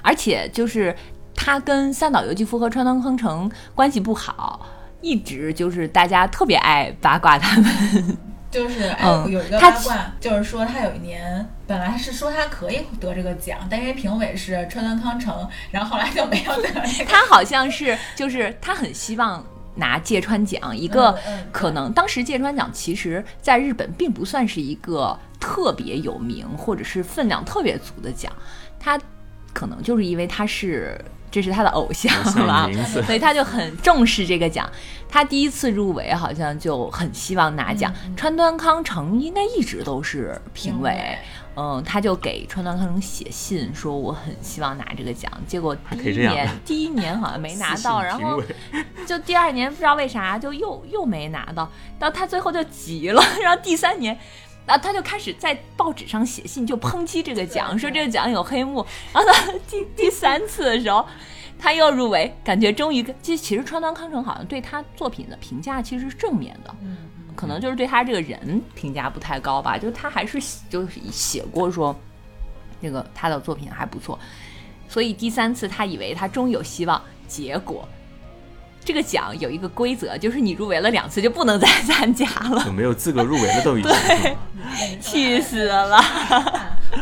Speaker 1: 而且就是他跟三岛由纪夫和川端康成关系不好，一直就是大家特别爱八卦他们。
Speaker 3: 就是哎，
Speaker 1: 嗯
Speaker 3: 有一个
Speaker 1: 他
Speaker 3: 八卦，就是说他有一年本来是说他可以得这个奖，但因为评委是川端康成，然后后来就没有得
Speaker 1: [LAUGHS]
Speaker 3: 这个。
Speaker 1: 他好像是就是他很希望拿芥川奖，一个
Speaker 3: 嗯嗯
Speaker 1: 可能当时芥川奖其实在日本并不算是一个特别有名或者是分量特别足的奖，他可能就是因为他是这是他的偶像
Speaker 2: 偶像
Speaker 1: 吧 [LAUGHS]
Speaker 2: 名字，
Speaker 1: 所以他就很重视这个奖。他第一次入围好像就很希望拿奖，川端康成应该一直都是评委。
Speaker 3: 评委
Speaker 1: 嗯，他就给川端康成写信说我很希望拿这个奖，结果第
Speaker 2: 还可以
Speaker 1: 一
Speaker 2: 这样
Speaker 1: 年第一年好像没拿
Speaker 2: [LAUGHS] 私信
Speaker 1: 到，然
Speaker 2: 评
Speaker 1: 后
Speaker 2: 委
Speaker 1: 就第二年不知道为啥就又又没拿到，到他最后就急了， [LAUGHS] 然后第三年。然后他就开始在报纸上写信，就抨击这个奖，
Speaker 3: 对
Speaker 1: 说这个奖有黑幕。然后他第第三次的时候，他又入围，感觉终于跟其实其实川端康成好像对他作品的评价其实是正面的，
Speaker 3: 嗯，
Speaker 1: 可能就是对他这个人评价不太高吧，就是他还是写就是写过说，那个他的作品还不错，所以第三次他以为他终于有希望，结果这个奖有一个规则，就是你入围了两次就不能再 [LAUGHS] 参加了，
Speaker 2: 有没有资格入围的都已经是吧
Speaker 3: 嗯
Speaker 1: 气死了。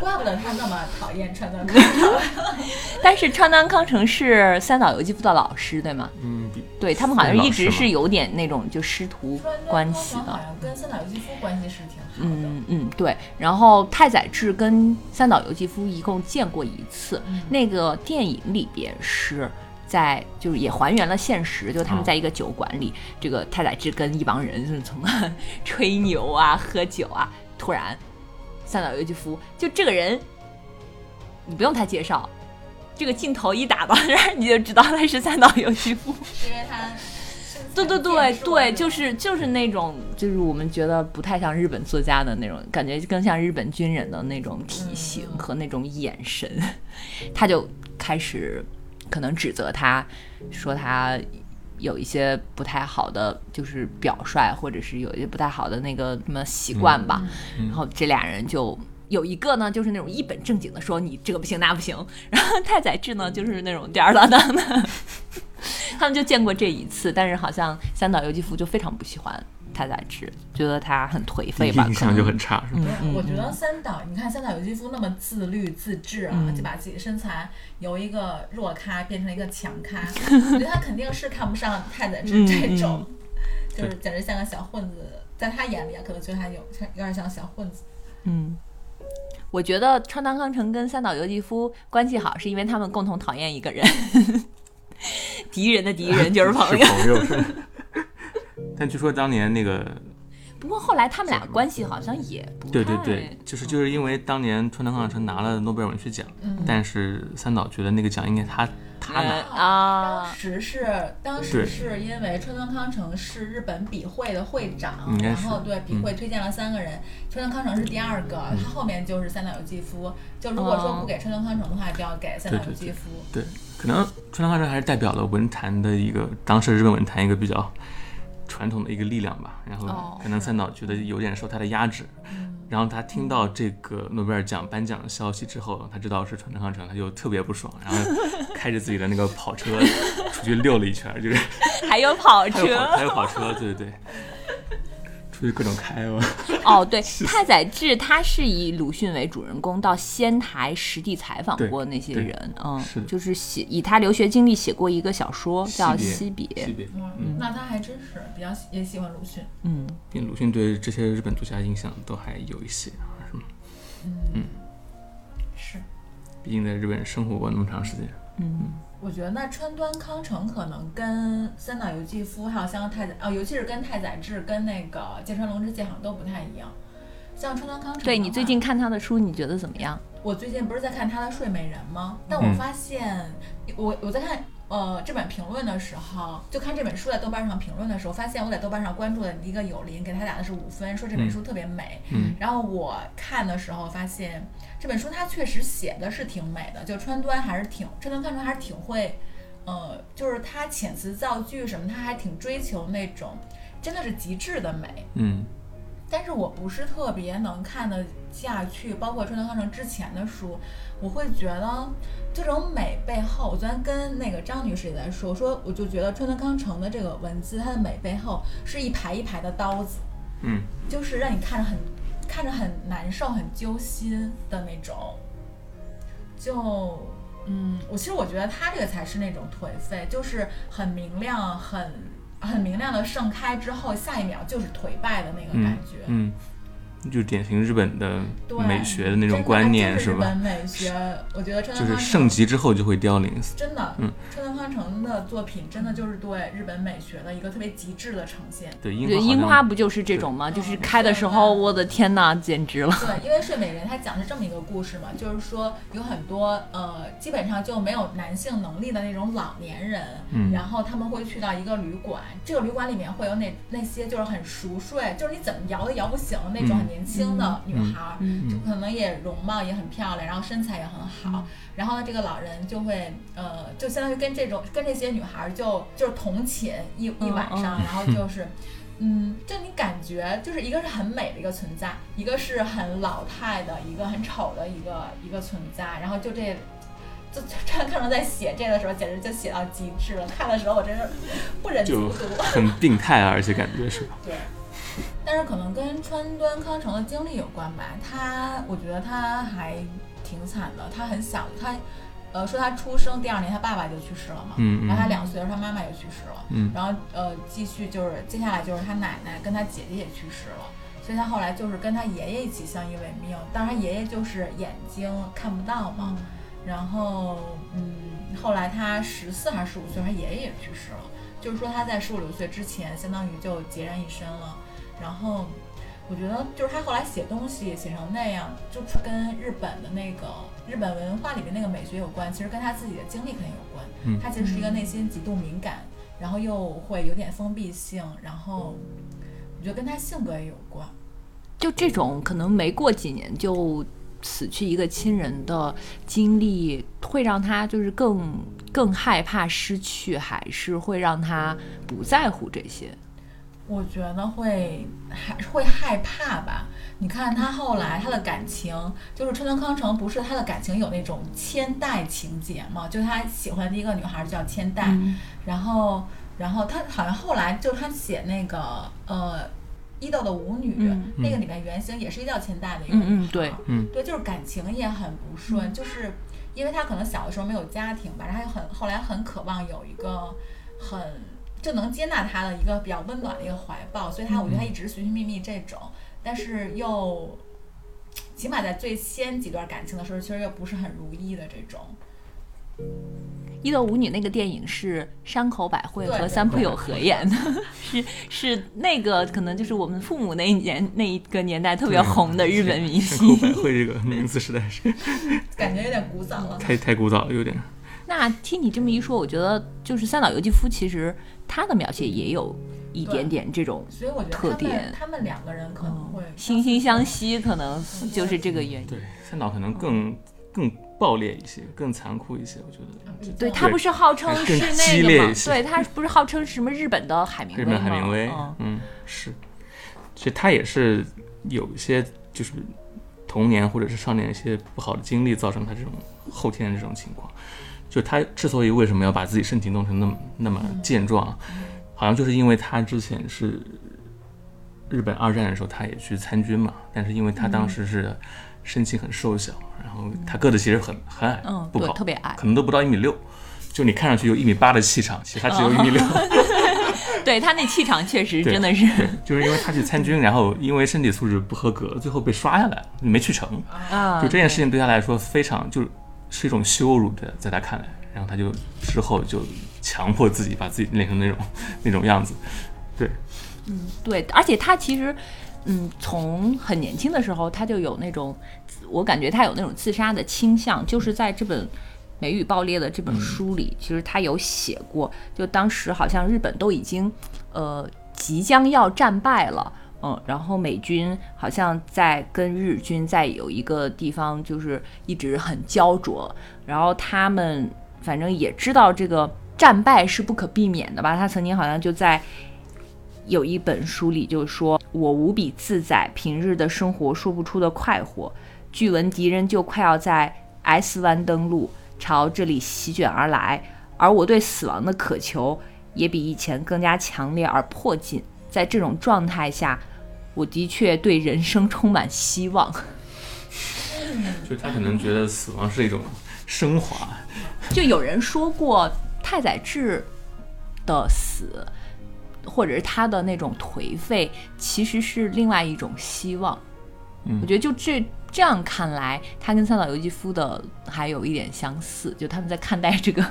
Speaker 3: 怪不得他那么讨厌川端康成。 [LAUGHS]
Speaker 1: 但是川端康成是三岛由纪夫的老师，对吗？
Speaker 2: 嗯，比
Speaker 1: 对他们好像一直是
Speaker 2: 是老师吗
Speaker 1: 有点那种就师徒
Speaker 3: 川端
Speaker 1: 关
Speaker 3: 康
Speaker 1: 系
Speaker 3: 成好
Speaker 1: 的。
Speaker 3: 像跟三岛由纪夫关系是挺好的。
Speaker 1: 嗯嗯，对。然后太宰治跟三岛由纪夫一共见过一次，
Speaker 3: 嗯
Speaker 1: 那个电影里边是在就是也还原了现实，就是他们
Speaker 2: 哦
Speaker 1: 在一个酒馆里，这个太宰治跟一帮人就是从吹牛啊、喝酒啊，突然三岛由纪夫就这个人，你不用他介绍。这个镜头一打到这儿，你就知道他是三岛由纪夫。
Speaker 3: 是因为他。
Speaker 1: 对对对对，就是就是那种，就是我们觉得不太像日本作家的那种感觉，更像日本军人的那种体型和那种眼神，他就开始可能指责他，说他有一些不太好的就是表率，或者是有一些不太好的那个什么习惯吧。然
Speaker 2: 嗯
Speaker 1: 后这俩人就有一个呢，就是那种一本正经的说你这个不行那不行，然后太宰治呢就是那种吊儿郎当的。 [LAUGHS] 他们就见过这一次，但是好像三岛由纪夫就非常不喜欢太宰治，觉得他很颓
Speaker 2: 第
Speaker 1: 废
Speaker 2: 一
Speaker 1: 吧，
Speaker 2: 印
Speaker 1: 可
Speaker 2: 象
Speaker 1: 能嗯
Speaker 2: 就很差，是吧？
Speaker 3: 我觉
Speaker 2: 嗯
Speaker 3: 得三岛，你看三岛由纪夫那么自律自制啊，
Speaker 2: 嗯
Speaker 3: 就把自己身材由一个弱咖变成了一个强
Speaker 2: [LAUGHS]
Speaker 3: 咖，我觉得他肯定是看不上太宰
Speaker 2: 嗯
Speaker 3: 治这种，就是简直像个小混子，在他眼里啊，可能觉得他有他有点像小混子。
Speaker 1: 嗯。我觉得川端康成跟三岛由纪夫关系好，是因为他们共同讨厌一个人， [LAUGHS] 敌人的敌人就是朋友
Speaker 2: 是。朋友是。但据说当年那个，
Speaker 1: [LAUGHS] 不过后来他们俩关系好像也不
Speaker 2: 对对
Speaker 1: 太
Speaker 2: 对，就是就是因为当年川端康成拿了诺贝尔文学奖，
Speaker 3: 嗯
Speaker 2: 但是三岛觉得那个奖应该他他拿，
Speaker 1: 呃啊
Speaker 3: 当，时是当
Speaker 2: 嗯对
Speaker 3: 时是因为川端康成是日本笔会的会长
Speaker 2: 嗯应，该
Speaker 3: 然
Speaker 2: 是嗯
Speaker 3: 后对笔会推荐了三个人，川端康成是第二个，他后面就是三岛由纪夫。就如果说
Speaker 1: 哦
Speaker 3: 不给川端康成的话，就要给三岛
Speaker 2: 对
Speaker 3: 由
Speaker 2: 对
Speaker 3: 纪夫。
Speaker 2: 对，可能川端康成还是代表了文坛的一个当时日本文坛一个比较传统的一个力量吧。然后
Speaker 1: 哦
Speaker 2: 可能三岛觉得有点受他的压制，然后他听到这个诺贝尔奖颁奖的消息之后，他知道是川端康成，他就特别不爽，然后开着自己的那个跑车出去溜了一圈儿，就是
Speaker 1: 还有跑
Speaker 2: 他有
Speaker 1: 车
Speaker 2: 跑他有跑车，对对对，出去各种开啊吧。
Speaker 1: 哦，
Speaker 2: [LAUGHS]
Speaker 1: 对，太宰治他是以鲁迅为主人公，到仙台实地采访
Speaker 2: 对
Speaker 1: 过那些
Speaker 2: 对
Speaker 1: 人，嗯，
Speaker 2: 是的
Speaker 1: 就是写以他留学经历写过一个小说叫《
Speaker 2: 惜
Speaker 1: 惜
Speaker 2: 别
Speaker 1: 别》，
Speaker 2: 惜别，
Speaker 3: 嗯，那他还真是比较喜也喜欢鲁迅。
Speaker 1: 嗯，
Speaker 2: 并鲁迅对这些日本作家印象都还有一些，啊是吗？
Speaker 3: 是，
Speaker 2: 毕竟在日本生活过那么长时间。
Speaker 3: 我觉得那川端康成可能跟三岛由纪夫，还有像太宰，哦，尤其是跟太宰治跟那个芥川龙之介好像都不太一样。像川端康成的话，
Speaker 1: 对你最近看他的书，你觉得怎么样？
Speaker 3: 我最近不是在看他的《睡美人》吗？但
Speaker 2: 嗯
Speaker 3: 我发现，我我在看呃这本评论的时候，就看这本书在豆瓣上评论的时候，发现我在豆瓣上关注的一个友邻给他打的是五分，说这本书特别美。
Speaker 2: 嗯
Speaker 3: 然后我看的时候发现，这本书它确实写的是挺美的，就川端还是挺川端看成还是挺会，呃，就是他遣词造句什么，他还挺追求那种真的是极致的美。
Speaker 2: 嗯
Speaker 3: 但是我不是特别能看得下去，包括川端康成之前的书，我会觉得这种美背后，我昨天跟那个张女士也在说，我说我就觉得川端康成的这个文字，它的美背后是一排一排的刀子，
Speaker 2: 嗯，
Speaker 3: 就是让你看着很看着很难受、很揪心的那种。就嗯，我其实我觉得他这个才是那种颓废，就是很明亮、很很明亮的盛开之后，下一秒就是颓败的那个感觉。
Speaker 2: 嗯，就是典型日本的
Speaker 3: 对
Speaker 2: 美学的那
Speaker 3: 真
Speaker 2: 种
Speaker 3: 的
Speaker 2: 观念，
Speaker 3: 就是日
Speaker 2: 吧
Speaker 3: 本？美学，我觉得川
Speaker 2: 就
Speaker 3: 端
Speaker 2: 是
Speaker 3: 康
Speaker 2: 盛
Speaker 3: 成
Speaker 2: 极之后就会凋零。
Speaker 3: 真的，
Speaker 2: 嗯
Speaker 3: 川端康成的作品真的就是对日本美学的一个特别极致的呈现。
Speaker 2: 对，
Speaker 1: 对，
Speaker 2: 樱
Speaker 1: 樱
Speaker 2: 花
Speaker 1: 花
Speaker 2: 好像
Speaker 1: 不就是这种吗？就是
Speaker 3: 嗯
Speaker 1: 开的时
Speaker 3: 是
Speaker 1: 候，
Speaker 3: 的
Speaker 1: 我的天呐，简直了！
Speaker 3: 对，因为《睡美人》它讲的是这么一个故事嘛，就是说有很多呃，基本上就没有男性能力的那种老年人，
Speaker 2: 嗯
Speaker 3: 然后他们会去到一个旅馆，这个旅馆里面会有那那些就是很熟睡，就是你怎么摇都摇不醒的那种
Speaker 2: 嗯
Speaker 3: 很年轻的女孩儿，
Speaker 1: 嗯
Speaker 3: 就可能也容貌也很漂亮，然后身材也很好，然后这个老人就会呃，就相当于跟这种跟这些女孩儿就就是同寝一一晚上，然后就是。嗯，就你感觉就是一个是很美的一个存在，一个是很老态的一个很丑的一个一个存在，然后就这。就 [LAUGHS] 这看着在写这个的时候，简直就写到极致了。看的时候我真是不忍卒
Speaker 2: 就
Speaker 3: 读。
Speaker 2: [LAUGHS] 很病态啊，而且感觉是吧？ [LAUGHS]
Speaker 3: 对，但是可能跟川端康成的经历有关吧。他，我觉得他还挺惨的。他很小，他，呃，说他出生第二年，他爸爸就去世了嘛。
Speaker 2: 嗯
Speaker 3: 然后
Speaker 2: 嗯
Speaker 3: 他两岁的时候，他妈妈也去世了。
Speaker 2: 嗯
Speaker 3: 然后呃，继续就是接下来就是他奶奶跟他姐姐也去世了，所以他后来就是跟他爷爷一起相依为命。但是他爷爷就是眼睛看不到嘛。
Speaker 2: 嗯
Speaker 3: 然后嗯，后来他十四还是十五岁，他爷爷也去世了。就是说他在十五六岁之前，相当于就孑然一身了。然后我觉得，就是他后来写东西写成那样，就是跟日本的那个日本文化里面那个美学有关，其实跟他自己的经历肯定有关。
Speaker 2: 嗯
Speaker 3: 他其实是一个内心极度敏感，然后又会有点封闭性，然后我觉得跟他性格也有关。
Speaker 1: 就这种可能没过几年就死去一个亲人的经历，会让他就是更更害怕失去，还是会让他不在乎这些？
Speaker 3: 我觉得会害会害怕吧。你看他后来他的感情，就是川端康成不是他的感情有那种千代情节嘛？就是他喜欢的一个女孩叫千代，
Speaker 1: 嗯
Speaker 3: 然后然后他好像后来就是他写那个呃伊豆的舞女、
Speaker 1: 嗯
Speaker 3: 那个里面原型也是伊豆千代的一个
Speaker 1: 嗯
Speaker 3: 女孩，
Speaker 1: 嗯对
Speaker 2: 嗯
Speaker 3: 啊对，就是感情也很不顺，就是因为他可能小的时候没有家庭吧，然后他又很后来很渴望有一个很就能接纳他的一个比较温暖的一个怀抱，所以他我
Speaker 1: 嗯
Speaker 3: 觉得他一直寻寻觅觅这种，但是又起码在最先几段感情的时候，其实又不是很如意的这种。
Speaker 1: 一个舞女》那个电影是山口百惠
Speaker 3: 对
Speaker 1: 和三浦友和演的， [LAUGHS] 是是那个可能就是我们父母那一年那一个年代特别红的日本明
Speaker 2: 山口
Speaker 1: 星。
Speaker 2: 百惠这个名字实在是
Speaker 3: 感觉有点古早
Speaker 1: 嗯
Speaker 3: 了。
Speaker 2: 太太古早了，有点。
Speaker 1: [LAUGHS] 那听你这么一说，我觉得就是三岛由纪夫其实他的描写也有一点点这种
Speaker 3: 所以我觉得
Speaker 1: 特
Speaker 3: 他
Speaker 1: 点嗯
Speaker 3: 们他们两个人可能会
Speaker 1: 惺惺相惜，可能就是这个原因。
Speaker 2: 对，三岛可能更更暴烈一些，更残酷一些，我觉得。
Speaker 1: 对
Speaker 3: 他
Speaker 1: 他不是号称
Speaker 2: 对哎
Speaker 1: 是
Speaker 2: 更
Speaker 1: 那
Speaker 2: 激
Speaker 1: 个
Speaker 2: 烈
Speaker 1: 吗
Speaker 2: 一？些
Speaker 1: 对他不是号称什么日本的海明
Speaker 2: 日
Speaker 1: 威
Speaker 2: 本
Speaker 1: 吗？
Speaker 2: 海明威
Speaker 1: 嗯，
Speaker 2: 嗯，是。其实他也是有一些就是童年或者是少年一些不好的经历，造成他这种后天的这种情况。就他之所以为什么要把自己身体弄成那么那么
Speaker 1: 嗯
Speaker 2: 健壮，好像就是因为他之前是日本二战的时候，他也去参军嘛，但是因为他
Speaker 1: 嗯
Speaker 2: 当时是身形很瘦小，然后他个子其实很很矮，
Speaker 1: 嗯，
Speaker 2: 不
Speaker 1: 对
Speaker 2: 高，，
Speaker 1: 特别矮。
Speaker 2: 可能都不到一米六，就你看上去有一米八的气场，其实他只有一米六。
Speaker 1: 对他那气场确实
Speaker 2: 对
Speaker 1: 真的是，
Speaker 2: 对， [LAUGHS] 就是因为他去参军，然后因为身体素质不合格，最后被刷下来了，没去成。
Speaker 1: 啊，
Speaker 2: 就这件事情对他来说非常就是是一种羞辱的，在他看来，然后他就之后就强迫自己把自己练成那种那种样子。对，
Speaker 1: 对，而且他其实，嗯，从很年轻的时候他就有那种，我感觉他有那种自杀的倾向，就是在这本《美与爆裂》的这本书里，其实他有写过，就当时好像日本都已经，呃，即将要战败了。嗯，然后美军好像在跟日军在有一个地方就是一直很焦灼，然后他们反正也知道这个战败是不可避免的吧。他曾经好像就在有一本书里就说：“我无比自在，平日的生活说不出的快活。据闻敌人就快要在 S 湾登陆，朝这里席卷而来，而我对死亡的渴求也比以前更加强烈而迫近。在这种状态下，我的确对人生充满希望。
Speaker 2: 就他可能觉得死亡是一种升华，
Speaker 1: 就有人说过太宰治的死，或者是他的那种颓废，其实是另外一种希望。
Speaker 2: 嗯
Speaker 1: 我觉得就这这样看来，他跟三岛由纪夫的还有一点相似，就他们在看待这个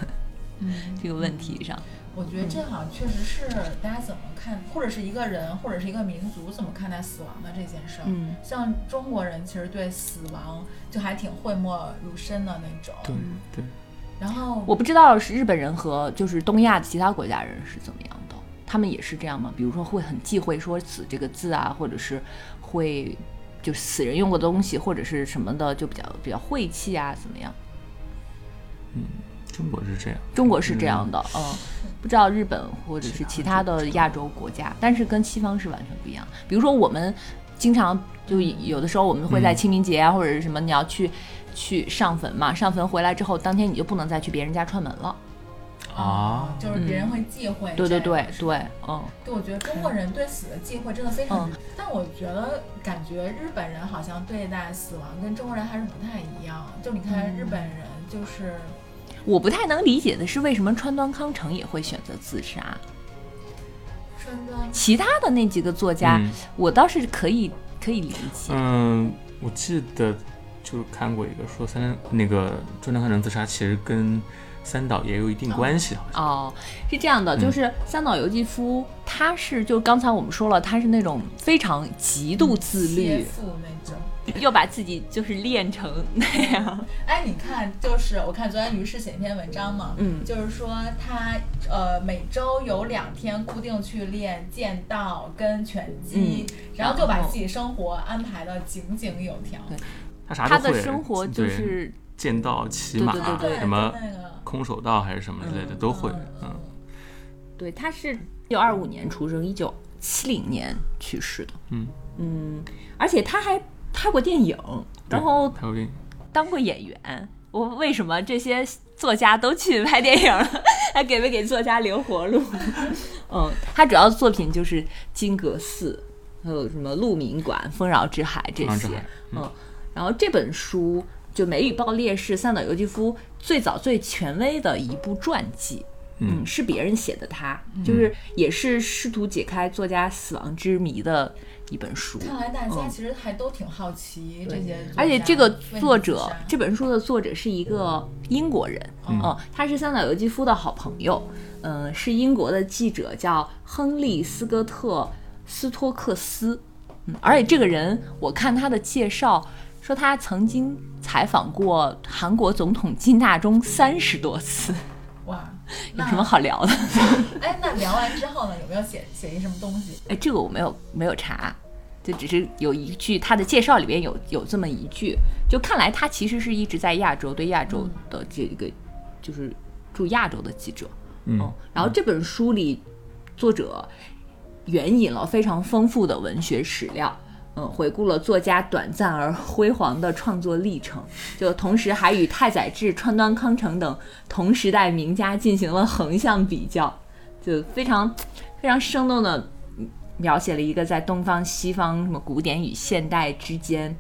Speaker 3: 嗯，
Speaker 1: 这个问题上。
Speaker 3: 我觉得这好像确实是大家怎么看，或者是一个人，或者是一个民族怎么看待死亡的这件事儿。
Speaker 1: 嗯，
Speaker 3: 像中国人其实对死亡就还挺讳莫如深的那种。
Speaker 2: 对对，
Speaker 3: 然后
Speaker 1: 我不知道是日本人和就是东亚的其他国家人是怎么样的，他们也是这样吗？比如说会很忌讳说“死”这个字啊，或者是会就死人用过的东西或者是什么的，就比较比较晦气啊，怎么样？
Speaker 2: 中国是这样。
Speaker 1: 中国是这样的，嗯，不知道日本或者是其他的亚洲国家，但是跟西方是完全不一样。比如说我们经常就有的时候我们会在
Speaker 2: 嗯
Speaker 1: 清明节啊、或者是什么，你要去去上坟嘛，上坟回来之后，当天你就不能再去别人家串门了。哦
Speaker 2: 啊
Speaker 3: 呃就是别人会忌讳、
Speaker 1: 嗯对对对对，嗯，
Speaker 3: 对，我觉得中国人对死的忌讳真的非常，但我觉得感觉日本人好像对待死亡跟中国人还是不太一样。就你看日本
Speaker 1: 嗯
Speaker 3: 人就是，
Speaker 1: 我不太能理解的是为什么川端康成也会选择自杀，
Speaker 3: 川端
Speaker 1: 其他的那几个作家，
Speaker 2: 嗯
Speaker 1: 我倒是可以可以理解。
Speaker 2: 嗯，我记得就是看过一个说三那个川端康成自杀，其实跟三岛也有一定关系，啊好像。
Speaker 1: 哦，是这样的，就是三岛由纪夫，他是就刚才我们说了，他是那种非常极度自
Speaker 3: 切
Speaker 1: 律，
Speaker 3: 腹那种。
Speaker 1: 又把自己就是练成那样。
Speaker 3: 哎，你看，就是我看昨天于适写一篇文章嘛，
Speaker 1: 嗯
Speaker 3: 就是说他呃每周有两天固定去练剑道跟拳击，
Speaker 1: 嗯
Speaker 3: 然后就把
Speaker 1: 然后
Speaker 3: 自己生活安排的井井有条。
Speaker 1: 对
Speaker 2: 他
Speaker 1: [LAUGHS]
Speaker 2: 啥
Speaker 1: 他
Speaker 2: 都会。
Speaker 1: 的生活就
Speaker 2: 对
Speaker 1: 是
Speaker 2: 剑道、骑马、
Speaker 1: 对对对对
Speaker 2: 什么
Speaker 3: 就那个
Speaker 2: 空手道还是什么之类的、都会。嗯，
Speaker 1: 对，他是一九二五年出生，一九七零年去世的。
Speaker 2: 嗯
Speaker 1: 嗯，而且他还拍过电影，然后
Speaker 2: 他有点
Speaker 1: 当过演员，我为什么这些作家都去拍电影了？ [LAUGHS] 还给没给作家留活 [LAUGHS] 路？嗯，他主要作品就是《金阁寺》，还有什么《鹿鸣馆》《丰饶之海》这
Speaker 2: 让这
Speaker 1: 些
Speaker 2: 还。
Speaker 1: 嗯，然后这本书就《美与爆裂》是三岛由纪夫最早最权威的一部传记。
Speaker 2: 嗯
Speaker 1: 嗯，是嗯别人写的他，就是也是试图解开作家死亡之谜的一本书。
Speaker 3: 看来大家
Speaker 1: 嗯
Speaker 3: 其实还都挺好奇这些作家，
Speaker 1: 而且这个作者
Speaker 3: 为什么自杀，
Speaker 1: 这本书的作者是一个英国人，哦
Speaker 3: 嗯
Speaker 1: 他是三岛由纪夫的好朋友，嗯、是英国的记者，叫亨利·斯科特·斯托克斯，嗯，而且这个人，我看他的介绍说他曾经采访过韩国总统金大中三十多次，
Speaker 3: 哇，
Speaker 1: 有
Speaker 3: 那
Speaker 1: 什么？好聊的？
Speaker 3: 哎，那聊完之后呢，有没有写写一什么东西？
Speaker 1: 哎，这个我没有没有查，就只是有一句他的介绍里边有有这么一句，就看来他其实是一直在亚洲对亚洲的这个、就是驻亚洲的记者，
Speaker 2: 嗯，
Speaker 1: 然后这本书里作者援引了非常丰富的文学史料。嗯，回顾了作家短暂而辉煌的创作历程，就同时还与太宰治、川端康成等同时代名家进行了横向比较，就非常非常生动的描写了一个在东方、西方什么古典与现代之间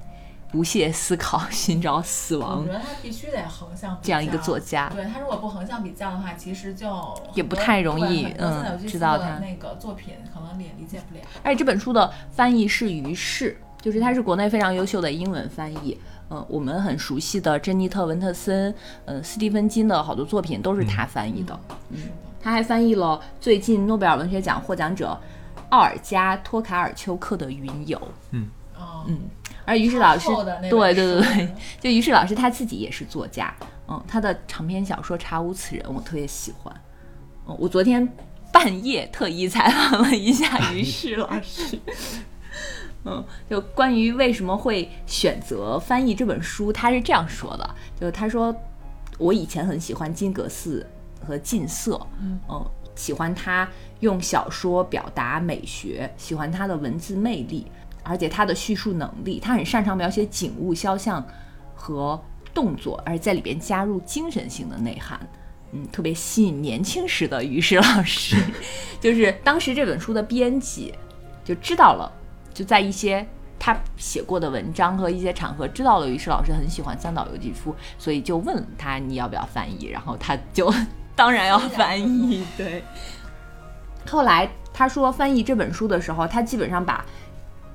Speaker 1: 不懈思考、寻找死
Speaker 3: 我
Speaker 1: 亡
Speaker 3: 觉得他必须得横向比
Speaker 1: 这样一个
Speaker 3: 较
Speaker 1: 作家。
Speaker 3: 对他如果不横向比较的话，其实就
Speaker 1: 也不太容易
Speaker 3: 很多
Speaker 1: 嗯
Speaker 3: 很多现在有句
Speaker 1: 知道
Speaker 3: 新的
Speaker 1: 他
Speaker 3: 那个作品，可能也理解不了。
Speaker 1: 而哎且这本书的翻译是于适，就是他是国内非常优秀的英文翻译。嗯，我们很熟悉的珍妮特·文特森，嗯，斯蒂芬金的好多作品都是他翻译的。嗯
Speaker 3: 是的，
Speaker 1: 他还翻译了最近诺贝尔文学奖获奖者奥尔加·托卡尔丘克的《云游》。
Speaker 3: 哦，
Speaker 1: 嗯而于适老师
Speaker 3: 他后的那，本
Speaker 1: 对对对
Speaker 3: 书
Speaker 1: 对，就于适老师他自己也是作家，嗯，他的长篇小说《查无此人》我特别喜欢，嗯，我昨天半夜特意采访了一下于适老师， [LAUGHS] 嗯，就关于为什么会选择翻译这本书，他是这样说的，就是他说我以前很喜欢金阁寺和近色，
Speaker 3: 嗯
Speaker 1: 嗯，喜欢他用小说表达美学，喜欢他的文字魅力，而且他的叙述能力，他很擅长描写景物、肖像和动作，而在里边加入精神性的内涵。嗯，特别吸引年轻时的于适老师， [LAUGHS] 就是当时这本书的编辑就知道了，就在一些他写过的文章和一些场合知道了于适老师很喜欢三岛由纪夫，所以就问他你要不要翻译，然后他就 [LAUGHS] 当然要翻译，对。后来他说翻译这本书的时候，他基本上把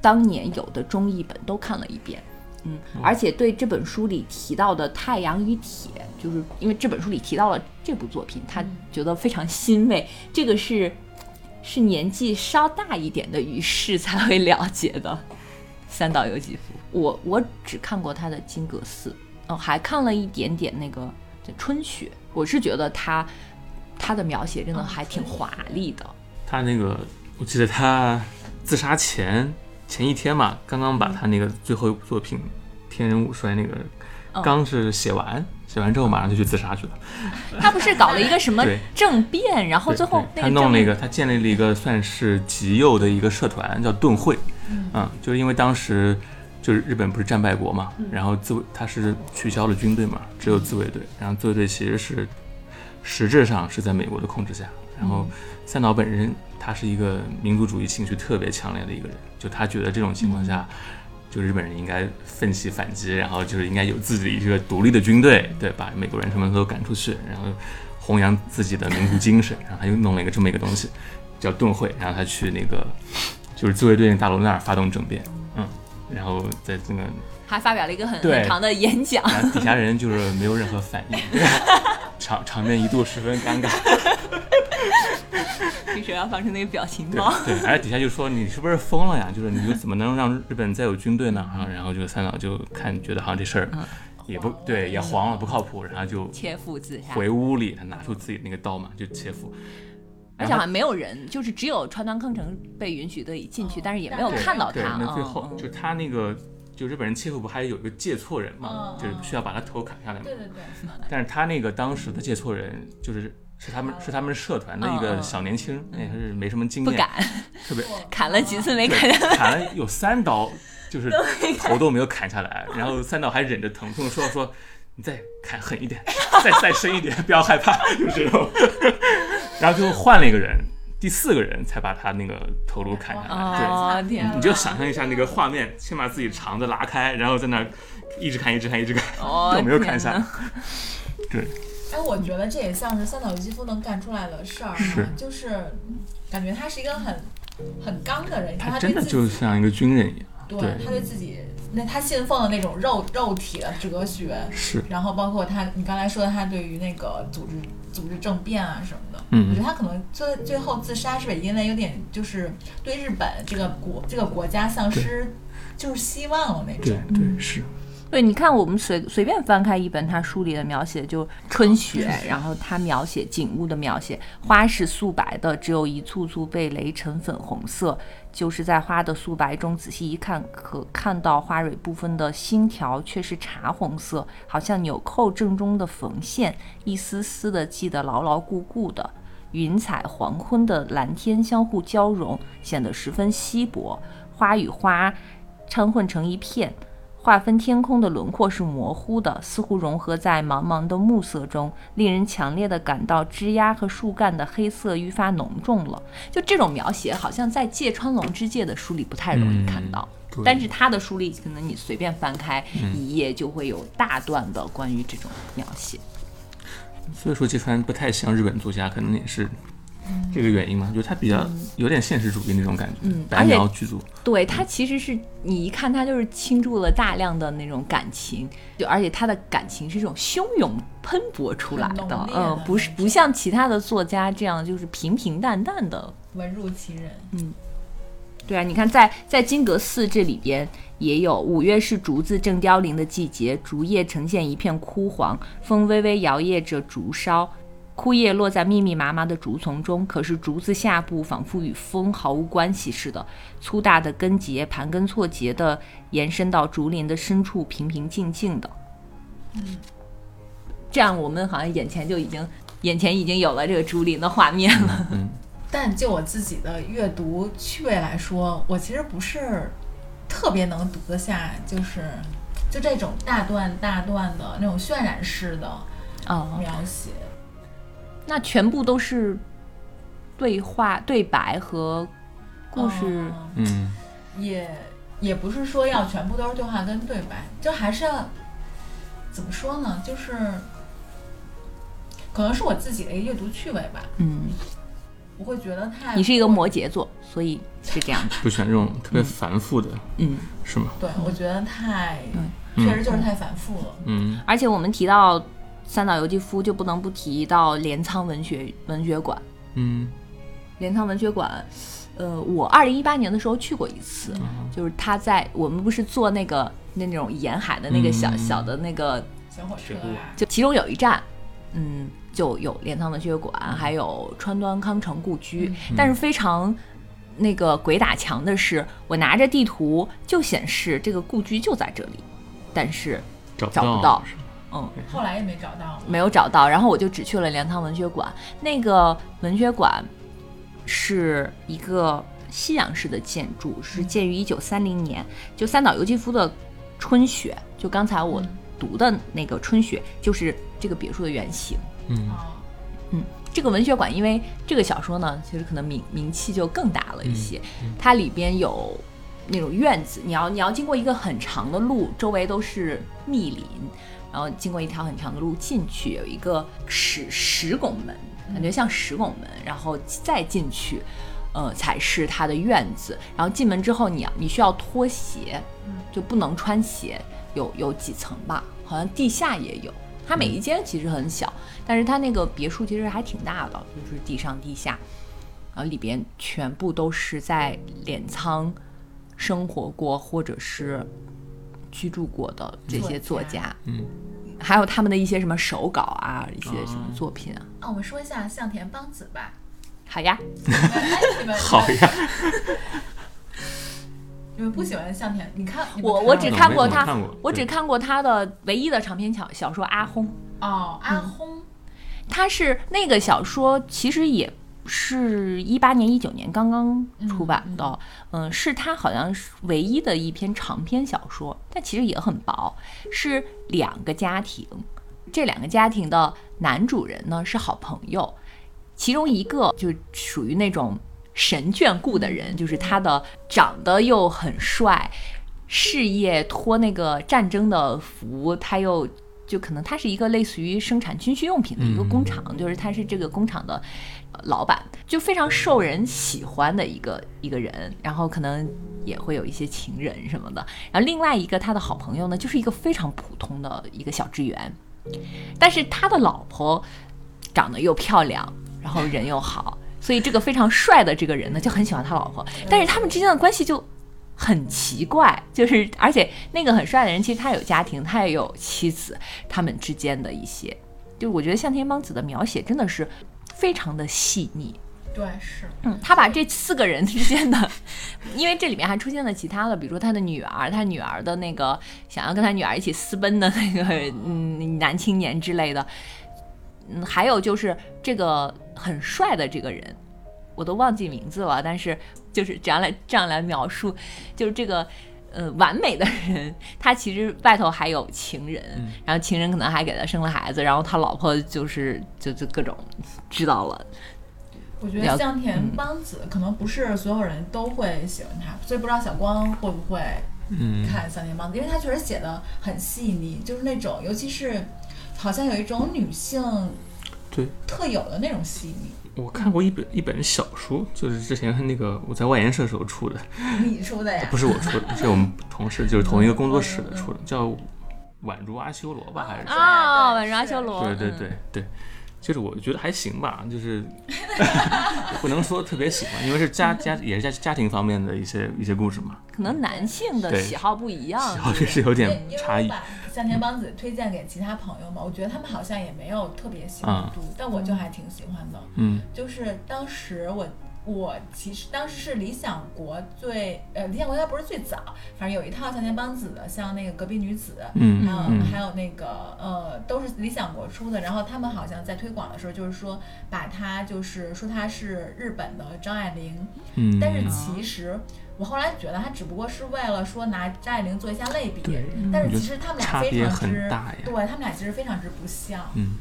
Speaker 1: 当年有的中译本都看了一遍。嗯，而且对这本书里提到的《太阳与铁》，就是因为这本书里提到了这部作品，他觉得非常欣慰。这个是是年纪稍大一点的于适才会了解的三岛由纪夫。我我只看过他的《金阁寺》，哦，还看了一点点那个就《春雪》。我是觉得他他的描写真的还挺华丽的。
Speaker 2: 他那个我记得他自杀前前一天嘛，刚刚把他那个最后一部作品《天人五衰》那个
Speaker 1: 嗯
Speaker 2: 刚是写完，写完之后马上就去自杀去了。
Speaker 1: 他不是搞了一个什么
Speaker 2: 对
Speaker 1: 政变，然后
Speaker 2: 对
Speaker 1: 最后那
Speaker 2: 对他
Speaker 1: 个
Speaker 2: 弄
Speaker 1: 政
Speaker 2: 了一
Speaker 1: 变
Speaker 2: 个，他建立了一个算是极右的一个社团，叫盾会。嗯，就是因为当时就是日本不是战败国
Speaker 1: 嗯
Speaker 2: 嘛，然后自卫他是取消了军队嘛，只有自卫队，然后自卫队其实是实质上是在美国的控制下。然后
Speaker 1: 嗯
Speaker 2: 三岛本人他是一个民族主义情绪特别强烈的一个人，就他觉得这种情况下。
Speaker 1: 嗯
Speaker 2: 就日本人应该奋起反击，然后就是应该有自己一个独立的军队，对，把美国人他们都赶出去，然后弘扬自己的民族精神，然后他又弄了一个这么一个东西，叫盾会，然后他去那个就是自卫队那大楼那儿发动政变，嗯，然后在这个，
Speaker 1: 还发表了一个很
Speaker 2: 对
Speaker 1: 很长的演讲。 [LAUGHS]
Speaker 2: 然后底下人就是没有任何反应，场场面一度十分尴尬，
Speaker 1: 平时要放出那个表情
Speaker 2: 对
Speaker 1: 包。
Speaker 2: 对，而且底下就说你是不是疯了呀？就是你就怎么能让日本再有军队呢？啊，然后就三岛就看觉得好像这事儿也不对，也黄了，不靠谱，然后就
Speaker 1: 切腹自杀，
Speaker 2: 回屋里，他拿出自己那个刀嘛，就切腹，
Speaker 1: 而且好像没有人，就是只有川端康成被允许得以进去，
Speaker 3: 哦
Speaker 1: 但是也没有
Speaker 3: 对
Speaker 1: 看到他
Speaker 2: 对，
Speaker 1: 啊。
Speaker 2: 那最后
Speaker 1: 嗯
Speaker 2: 就他那个，就日本人切腹不还有一个借错人嘛，
Speaker 3: 嗯
Speaker 2: 就是需要把他头砍下来嘛。
Speaker 3: 对对对，
Speaker 2: 但是他那个当时的借错人就是是他们是他们社团的一
Speaker 1: 嗯
Speaker 2: 个
Speaker 1: 嗯
Speaker 2: 小年轻，那也是没什么经
Speaker 1: 不
Speaker 2: 验，
Speaker 1: 敢
Speaker 2: 特别
Speaker 3: 做
Speaker 1: [LAUGHS] 砍了几次没砍
Speaker 2: 对，砍了有三刀，
Speaker 1: [LAUGHS]
Speaker 2: 就是头都没有砍下来，然后三刀还忍着疼痛说说。你再砍狠一点， [LAUGHS] 再再深一点，不要害怕，就是
Speaker 1: [LAUGHS]
Speaker 2: 这种。然后最后换了一个人，第四个人才把他那个头颅砍下来。对，
Speaker 1: 哦天
Speaker 2: 你就想象一下那个画面，先把自己肠子拉开，然后在那儿一直看，一直看，一直看，
Speaker 1: 哦
Speaker 2: 都没有看下
Speaker 1: 天
Speaker 2: 来
Speaker 1: 哪。
Speaker 2: 对，
Speaker 3: 哎，我觉得这也像是三岛由纪夫能干出来的事儿、啊，
Speaker 2: 是
Speaker 3: 就是感觉他是一个很很刚的人，你看
Speaker 2: 他
Speaker 3: 他
Speaker 2: 真
Speaker 3: 对
Speaker 2: 的
Speaker 3: 自己
Speaker 2: 就像一个军人一样，
Speaker 3: 对
Speaker 2: 对
Speaker 3: 他对自己那他信奉的那种肉肉体的哲学，
Speaker 2: 是，
Speaker 3: 然后包括他你刚才说的他对于那个组织组织政变啊什么的，
Speaker 2: 嗯
Speaker 3: 我觉得他可能最最后自杀是不是也因为有点就是对日本这个国这个国家丧失就是希望了那
Speaker 2: 对
Speaker 3: 种，
Speaker 2: 对是，
Speaker 1: 对，你看我们随随便翻开一本他书里的描写，就春雪，然后他描写景物的描写，花是素白的，只有一簇簇被雷尘粉红色，就是在花的素白中仔细一看，可看到花蕊部分的心条却是茶红色，好像纽扣正中的缝线，一丝丝的系得牢牢固固的。云彩、黄昏的蓝天相互交融，显得十分稀薄。花与花掺混成一片，划分天空的轮廓是模糊的，似乎融合在茫茫的暮色中，令人强烈的感到枝桠和树干的黑色愈发浓重了。就这种描写，好像在芥川龙之介的书里不太容易看到。
Speaker 2: 对
Speaker 1: 但是他的书里，可能你随便翻开一页，就会有大段的关于这种描写。
Speaker 2: 所以说芥川不太像日本作家，可能也是这个原因嘛，就是他比较有点现实主义那种感觉，
Speaker 1: 嗯
Speaker 2: 白描剧组，
Speaker 1: 对他其实是你一看他就是倾注了大量的那种感情，就而且他的感情是这种汹涌喷薄出来
Speaker 3: 很
Speaker 1: 的
Speaker 3: 浓烈，的
Speaker 1: 嗯，不是不像其他的作家这样就是平平淡淡的。
Speaker 3: 文入其人，
Speaker 1: 对啊，你看在在金阁寺这里边也有，五月是竹子正凋零的季节，竹叶呈现一片枯黄，风微微摇曳着竹梢。枯叶落在密密麻麻的竹丛中，可是竹子下部仿佛与风毫无关系似的，粗大的根节盘根错节地延伸到竹林的深处，平平静静的。这样我们好像眼前就已经眼前已经有了这个竹林的画面了。
Speaker 2: 嗯，
Speaker 3: 但就我自己的阅读趣味来说，我其实不是特别能读得下，就是就这种大段大段的那种渲染式的
Speaker 1: [LAUGHS] 哦
Speaker 3: 描写。
Speaker 1: 那全部都是对话、对白和
Speaker 3: 哦
Speaker 1: 故事。
Speaker 2: 嗯嗯
Speaker 3: 也也不是说要全部都是对话跟对白，就还是要怎么说呢？就是可能是我自己的一个阅读趣味吧，
Speaker 1: 嗯，
Speaker 3: 我会觉得太
Speaker 1: 你是一个摩羯座，所以是这样的。
Speaker 2: 不喜欢这种特别繁复的，
Speaker 1: 嗯，
Speaker 2: 是吗？
Speaker 3: 对，我觉得太
Speaker 2: 嗯
Speaker 3: 确实就是太反复了。
Speaker 2: 嗯
Speaker 1: 而且我们提到三岛由纪夫，就不能不提到镰仓文学文学馆。
Speaker 2: 嗯
Speaker 1: 镰仓文学馆，呃，我二零一八年的时候去过一次，
Speaker 2: 哦
Speaker 1: 就是他在我们不是坐那个那种沿海的那个小、
Speaker 2: 嗯
Speaker 1: 小的那个
Speaker 3: 小火车
Speaker 2: 铁路
Speaker 3: 啊，
Speaker 1: 就其中有一站，嗯，就有镰仓文学馆，还有川端康成故居。但是非常那个鬼打墙的是，我拿着地图就显示这个故居就在这里，但是
Speaker 2: 找不
Speaker 1: 找不
Speaker 2: 到
Speaker 1: 到
Speaker 2: 是吗
Speaker 1: 嗯
Speaker 3: 后来也没找到。
Speaker 1: 没有找到，然后我就只去了镰仓文学馆。那个文学馆是一个西洋式的建筑，是建于一九三零年，就三岛由纪夫的《春雪》，就刚才我
Speaker 3: 嗯
Speaker 1: 读的那个《春雪》，就是这个别墅的原型。
Speaker 2: 嗯
Speaker 3: 啊，
Speaker 1: 嗯，这个文学馆，因为这个小说呢，其实可能名名气就更大了一些。它里边有那种院子，你要你要经过一个很长的路，周围都是密林，然后经过一条很长的路进去，有一个石石拱门，感觉像石拱门，然后再进去，呃，才是它的院子。然后进门之后你，要你需要脱鞋
Speaker 3: 嗯，
Speaker 1: 就不能穿鞋，有有几层吧，好像地下也有。它每一间其实很小，但是它那个别墅其实还挺大的，就是地上地下，然后里边全部都是在镰仓生活过或者是居住过的这些作
Speaker 3: 作家
Speaker 1: 家，
Speaker 2: 嗯，
Speaker 1: 还有他们的一些什么手稿啊，一些什么
Speaker 2: 哦
Speaker 1: 作品啊，
Speaker 3: 啊，我们说一下向田邦子
Speaker 2: [LAUGHS]
Speaker 3: 吧。
Speaker 1: 好呀，
Speaker 3: 哎你们
Speaker 2: 好呀，
Speaker 3: 你们不喜欢向田？你看你们
Speaker 1: 我我只看过
Speaker 2: 我没
Speaker 1: 他
Speaker 2: 看过，
Speaker 1: 我只
Speaker 2: 对
Speaker 1: 看过他的唯一的长篇小小说《阿轰》，
Speaker 3: 哦，阿
Speaker 1: 嗯
Speaker 3: 轰，
Speaker 1: 他是那个小说，其实也是一八年、一九年刚刚出版的，嗯、是他好像是唯一的一篇长篇小说，但其实也很薄，是两个家庭，这两个家庭的男主人呢是好朋友，其中一个就属于那种神眷顾的人，就是他的长得又很帅，事业托那个战争的福，他又就可能它是一个类似于生产军需用品的一个工厂，就是他是这个工厂的呃老板，就非常受人喜欢的一个一个人，然后可能也会有一些情人什么的。然后另外一个他的好朋友呢，就是一个非常普通的一个小职员，但是他的老婆长得又漂亮，然后人又好，所以这个非常帅的这个人呢就很喜欢他老婆，但是他们之间的关系就很奇怪，就是而且那个很帅的人其实他有家庭，他也有妻子，他们之间的一些，就我觉得向天邦子的描写真的是非常的细腻，
Speaker 3: 对，是，
Speaker 1: 嗯，他把这四个人之间的， [LAUGHS] 因为这里面还出现了其他的，比如说他的女儿，他女儿的那个想要跟他女儿一起私奔的那个嗯男青年之类的，嗯，还有就是这个很帅的这个人，我都忘记名字了，但是就是这样来这样来描述，就是这个。呃，完美的人，他其实外头还有情人，
Speaker 2: 嗯
Speaker 1: 然后情人可能还给他生了孩子，然后他老婆就是就就各种知道了，
Speaker 3: 我觉
Speaker 1: 了
Speaker 3: 得向田
Speaker 1: 嗯
Speaker 3: 邦子可能不是所有人都会喜欢他，所以不知道小光会不会
Speaker 2: 嗯，
Speaker 3: 看向田邦子，因为他确实写的很细腻，就是那种，尤其是好像有一种女性
Speaker 2: 对
Speaker 3: 特有的那种细腻。
Speaker 2: [CLEARS THROAT] 我看过一本一本小说，就是之前那个我在外研社时候出的，
Speaker 3: 你说的呀
Speaker 2: 不？是我出的，是我们同事就是同一个工作室的出的，叫《宛如阿修罗》吧， [LAUGHS] 还是什么？
Speaker 1: 啊，
Speaker 3: 对
Speaker 1: 晚上
Speaker 3: 是
Speaker 1: 修罗，
Speaker 2: 对对
Speaker 1: 嗯
Speaker 2: 对对，就是我觉得还行吧，就是不能说特别喜欢，因为是家家也是家家庭方面的一些一些故事嘛，
Speaker 1: 可能男性的
Speaker 2: 对
Speaker 1: 喜好不一样，
Speaker 2: 喜好也是有点
Speaker 3: 因因为
Speaker 2: 差
Speaker 3: 我
Speaker 2: 异。
Speaker 3: 把向田邦子推荐给其他朋友嘛，我觉得他们好像也没有特别喜欢
Speaker 2: 嗯
Speaker 3: 读，但我就还挺喜欢的。
Speaker 2: 嗯
Speaker 3: 就是当时我我其实当时是理想国最呃理想国应该不是最早，反正有一套向田邦子的，像那个隔壁女子。
Speaker 2: 嗯
Speaker 3: 还有、
Speaker 2: 嗯
Speaker 3: 还有那个呃，都是理想国出的。然后他们好像在推广的时候，就是说把它就是说它是日本的张爱玲，
Speaker 2: 嗯，
Speaker 3: 但是其实我后来觉得它只不过是为了说拿张爱玲做一下类比，
Speaker 2: 对，
Speaker 3: 但
Speaker 2: 我觉
Speaker 3: 是
Speaker 2: 得
Speaker 3: 其实他们
Speaker 2: 差
Speaker 3: 俩非
Speaker 2: 别
Speaker 3: 常
Speaker 2: 很
Speaker 3: 之
Speaker 2: 大呀
Speaker 3: 对他们俩其实非常之不像。
Speaker 2: 嗯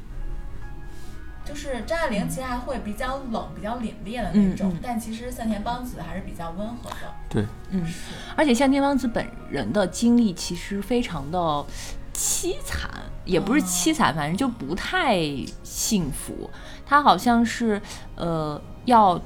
Speaker 3: 就是张爱玲其实还会比较冷、比较凛冽的那种，
Speaker 1: 嗯嗯
Speaker 3: 但其实向田邦子还是比较温和的。
Speaker 2: 对，
Speaker 1: 嗯
Speaker 3: 是，
Speaker 1: 而且像天王子本人的经历其实非常的凄惨，也不是凄惨，反正就不太幸福。他好像是呃要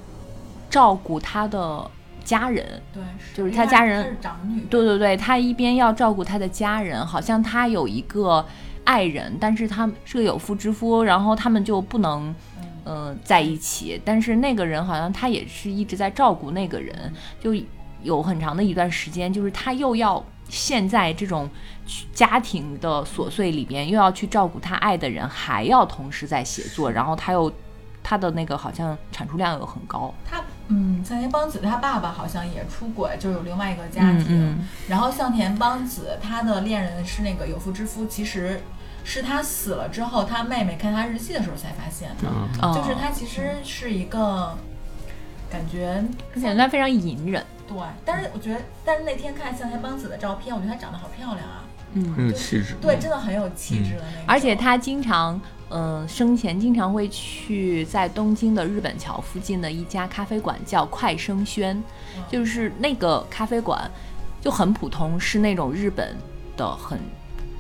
Speaker 1: 照顾他的家人，
Speaker 3: 对，是
Speaker 1: 就是
Speaker 3: 因为
Speaker 1: 他
Speaker 3: 她
Speaker 1: 家人
Speaker 3: 她是长女，
Speaker 1: 对对对，他一边要照顾他的家人，好像他有一个爱人，但是他是个有妇之夫，然后他们就不能
Speaker 3: 嗯，
Speaker 1: 呃在一起，但是那个人好像他也是一直在照顾那个人，就有很长的一段时间，就是他又要陷在这种家庭的琐碎里边，又要去照顾他爱的人，还要同时在写作，然后他又他的那个好像产出量又很高，
Speaker 3: 她嗯，向田邦子她爸爸好像也出轨，就是有另外一个家庭。
Speaker 1: 嗯
Speaker 3: 然后向田邦子她的恋人是那个有妇之夫，其实是她死了之后，她妹妹看她日记的时候才发现的，
Speaker 2: 嗯
Speaker 1: 嗯，
Speaker 3: 就是
Speaker 1: 他，
Speaker 3: 她其实是一个感觉
Speaker 1: 而且他非常隐忍，
Speaker 3: 对，但是我觉得，但是那天看向田邦子的照片，我觉得她长得好漂亮啊，
Speaker 1: 嗯
Speaker 2: 很有气质。
Speaker 3: 对，真的很有气质的那种。
Speaker 1: 而且他经常，嗯、生前经常会去在东京的日本桥附近的一家咖啡馆叫快生轩，
Speaker 3: 嗯
Speaker 1: 就是那个咖啡馆就很普通，是那种日本的很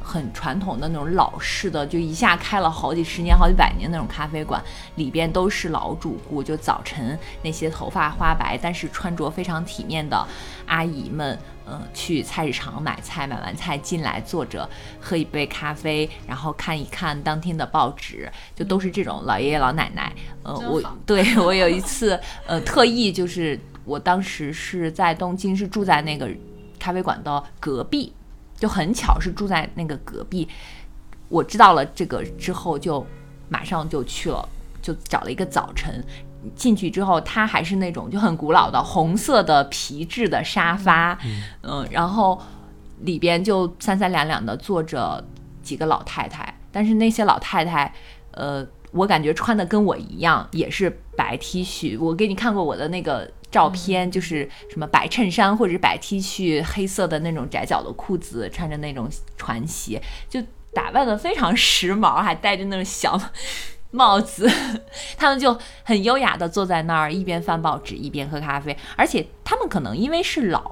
Speaker 1: 很传统的那种老式的，就一下开了好几十年、好几百年那种咖啡馆，里边都是老主顾，就早晨那些头发花白但是穿着非常体面的阿姨们，嗯、去菜市场买菜，买完菜进来坐着喝一杯咖啡，然后看一看当天的报纸，就都是这种老爷爷老奶奶。呃，
Speaker 3: 真
Speaker 1: 我
Speaker 3: 好
Speaker 1: 对 [LAUGHS] 我有一次呃特意就是我当时是在东京，是住在那个咖啡馆的隔壁，就很巧是住在那个隔壁。我知道了这个之后，就马上就去了，就找了一个早晨。进去之后，它还是那种就很古老的红色的皮质的沙发，嗯、然后里边就三三两两的坐着几个老太太，但是那些老太太，呃，我感觉穿的跟我一样，也是白 T 恤。我给你看过我的那个照片，就是什么白衬衫或者是白 T 恤，黑色的那种窄脚的裤子，穿着那种船鞋，就打扮的非常时髦，还戴着那种小帽子。 [LAUGHS] 他们就很优雅的坐在那儿，一边翻报纸一边喝咖啡，而且他们可能因为是老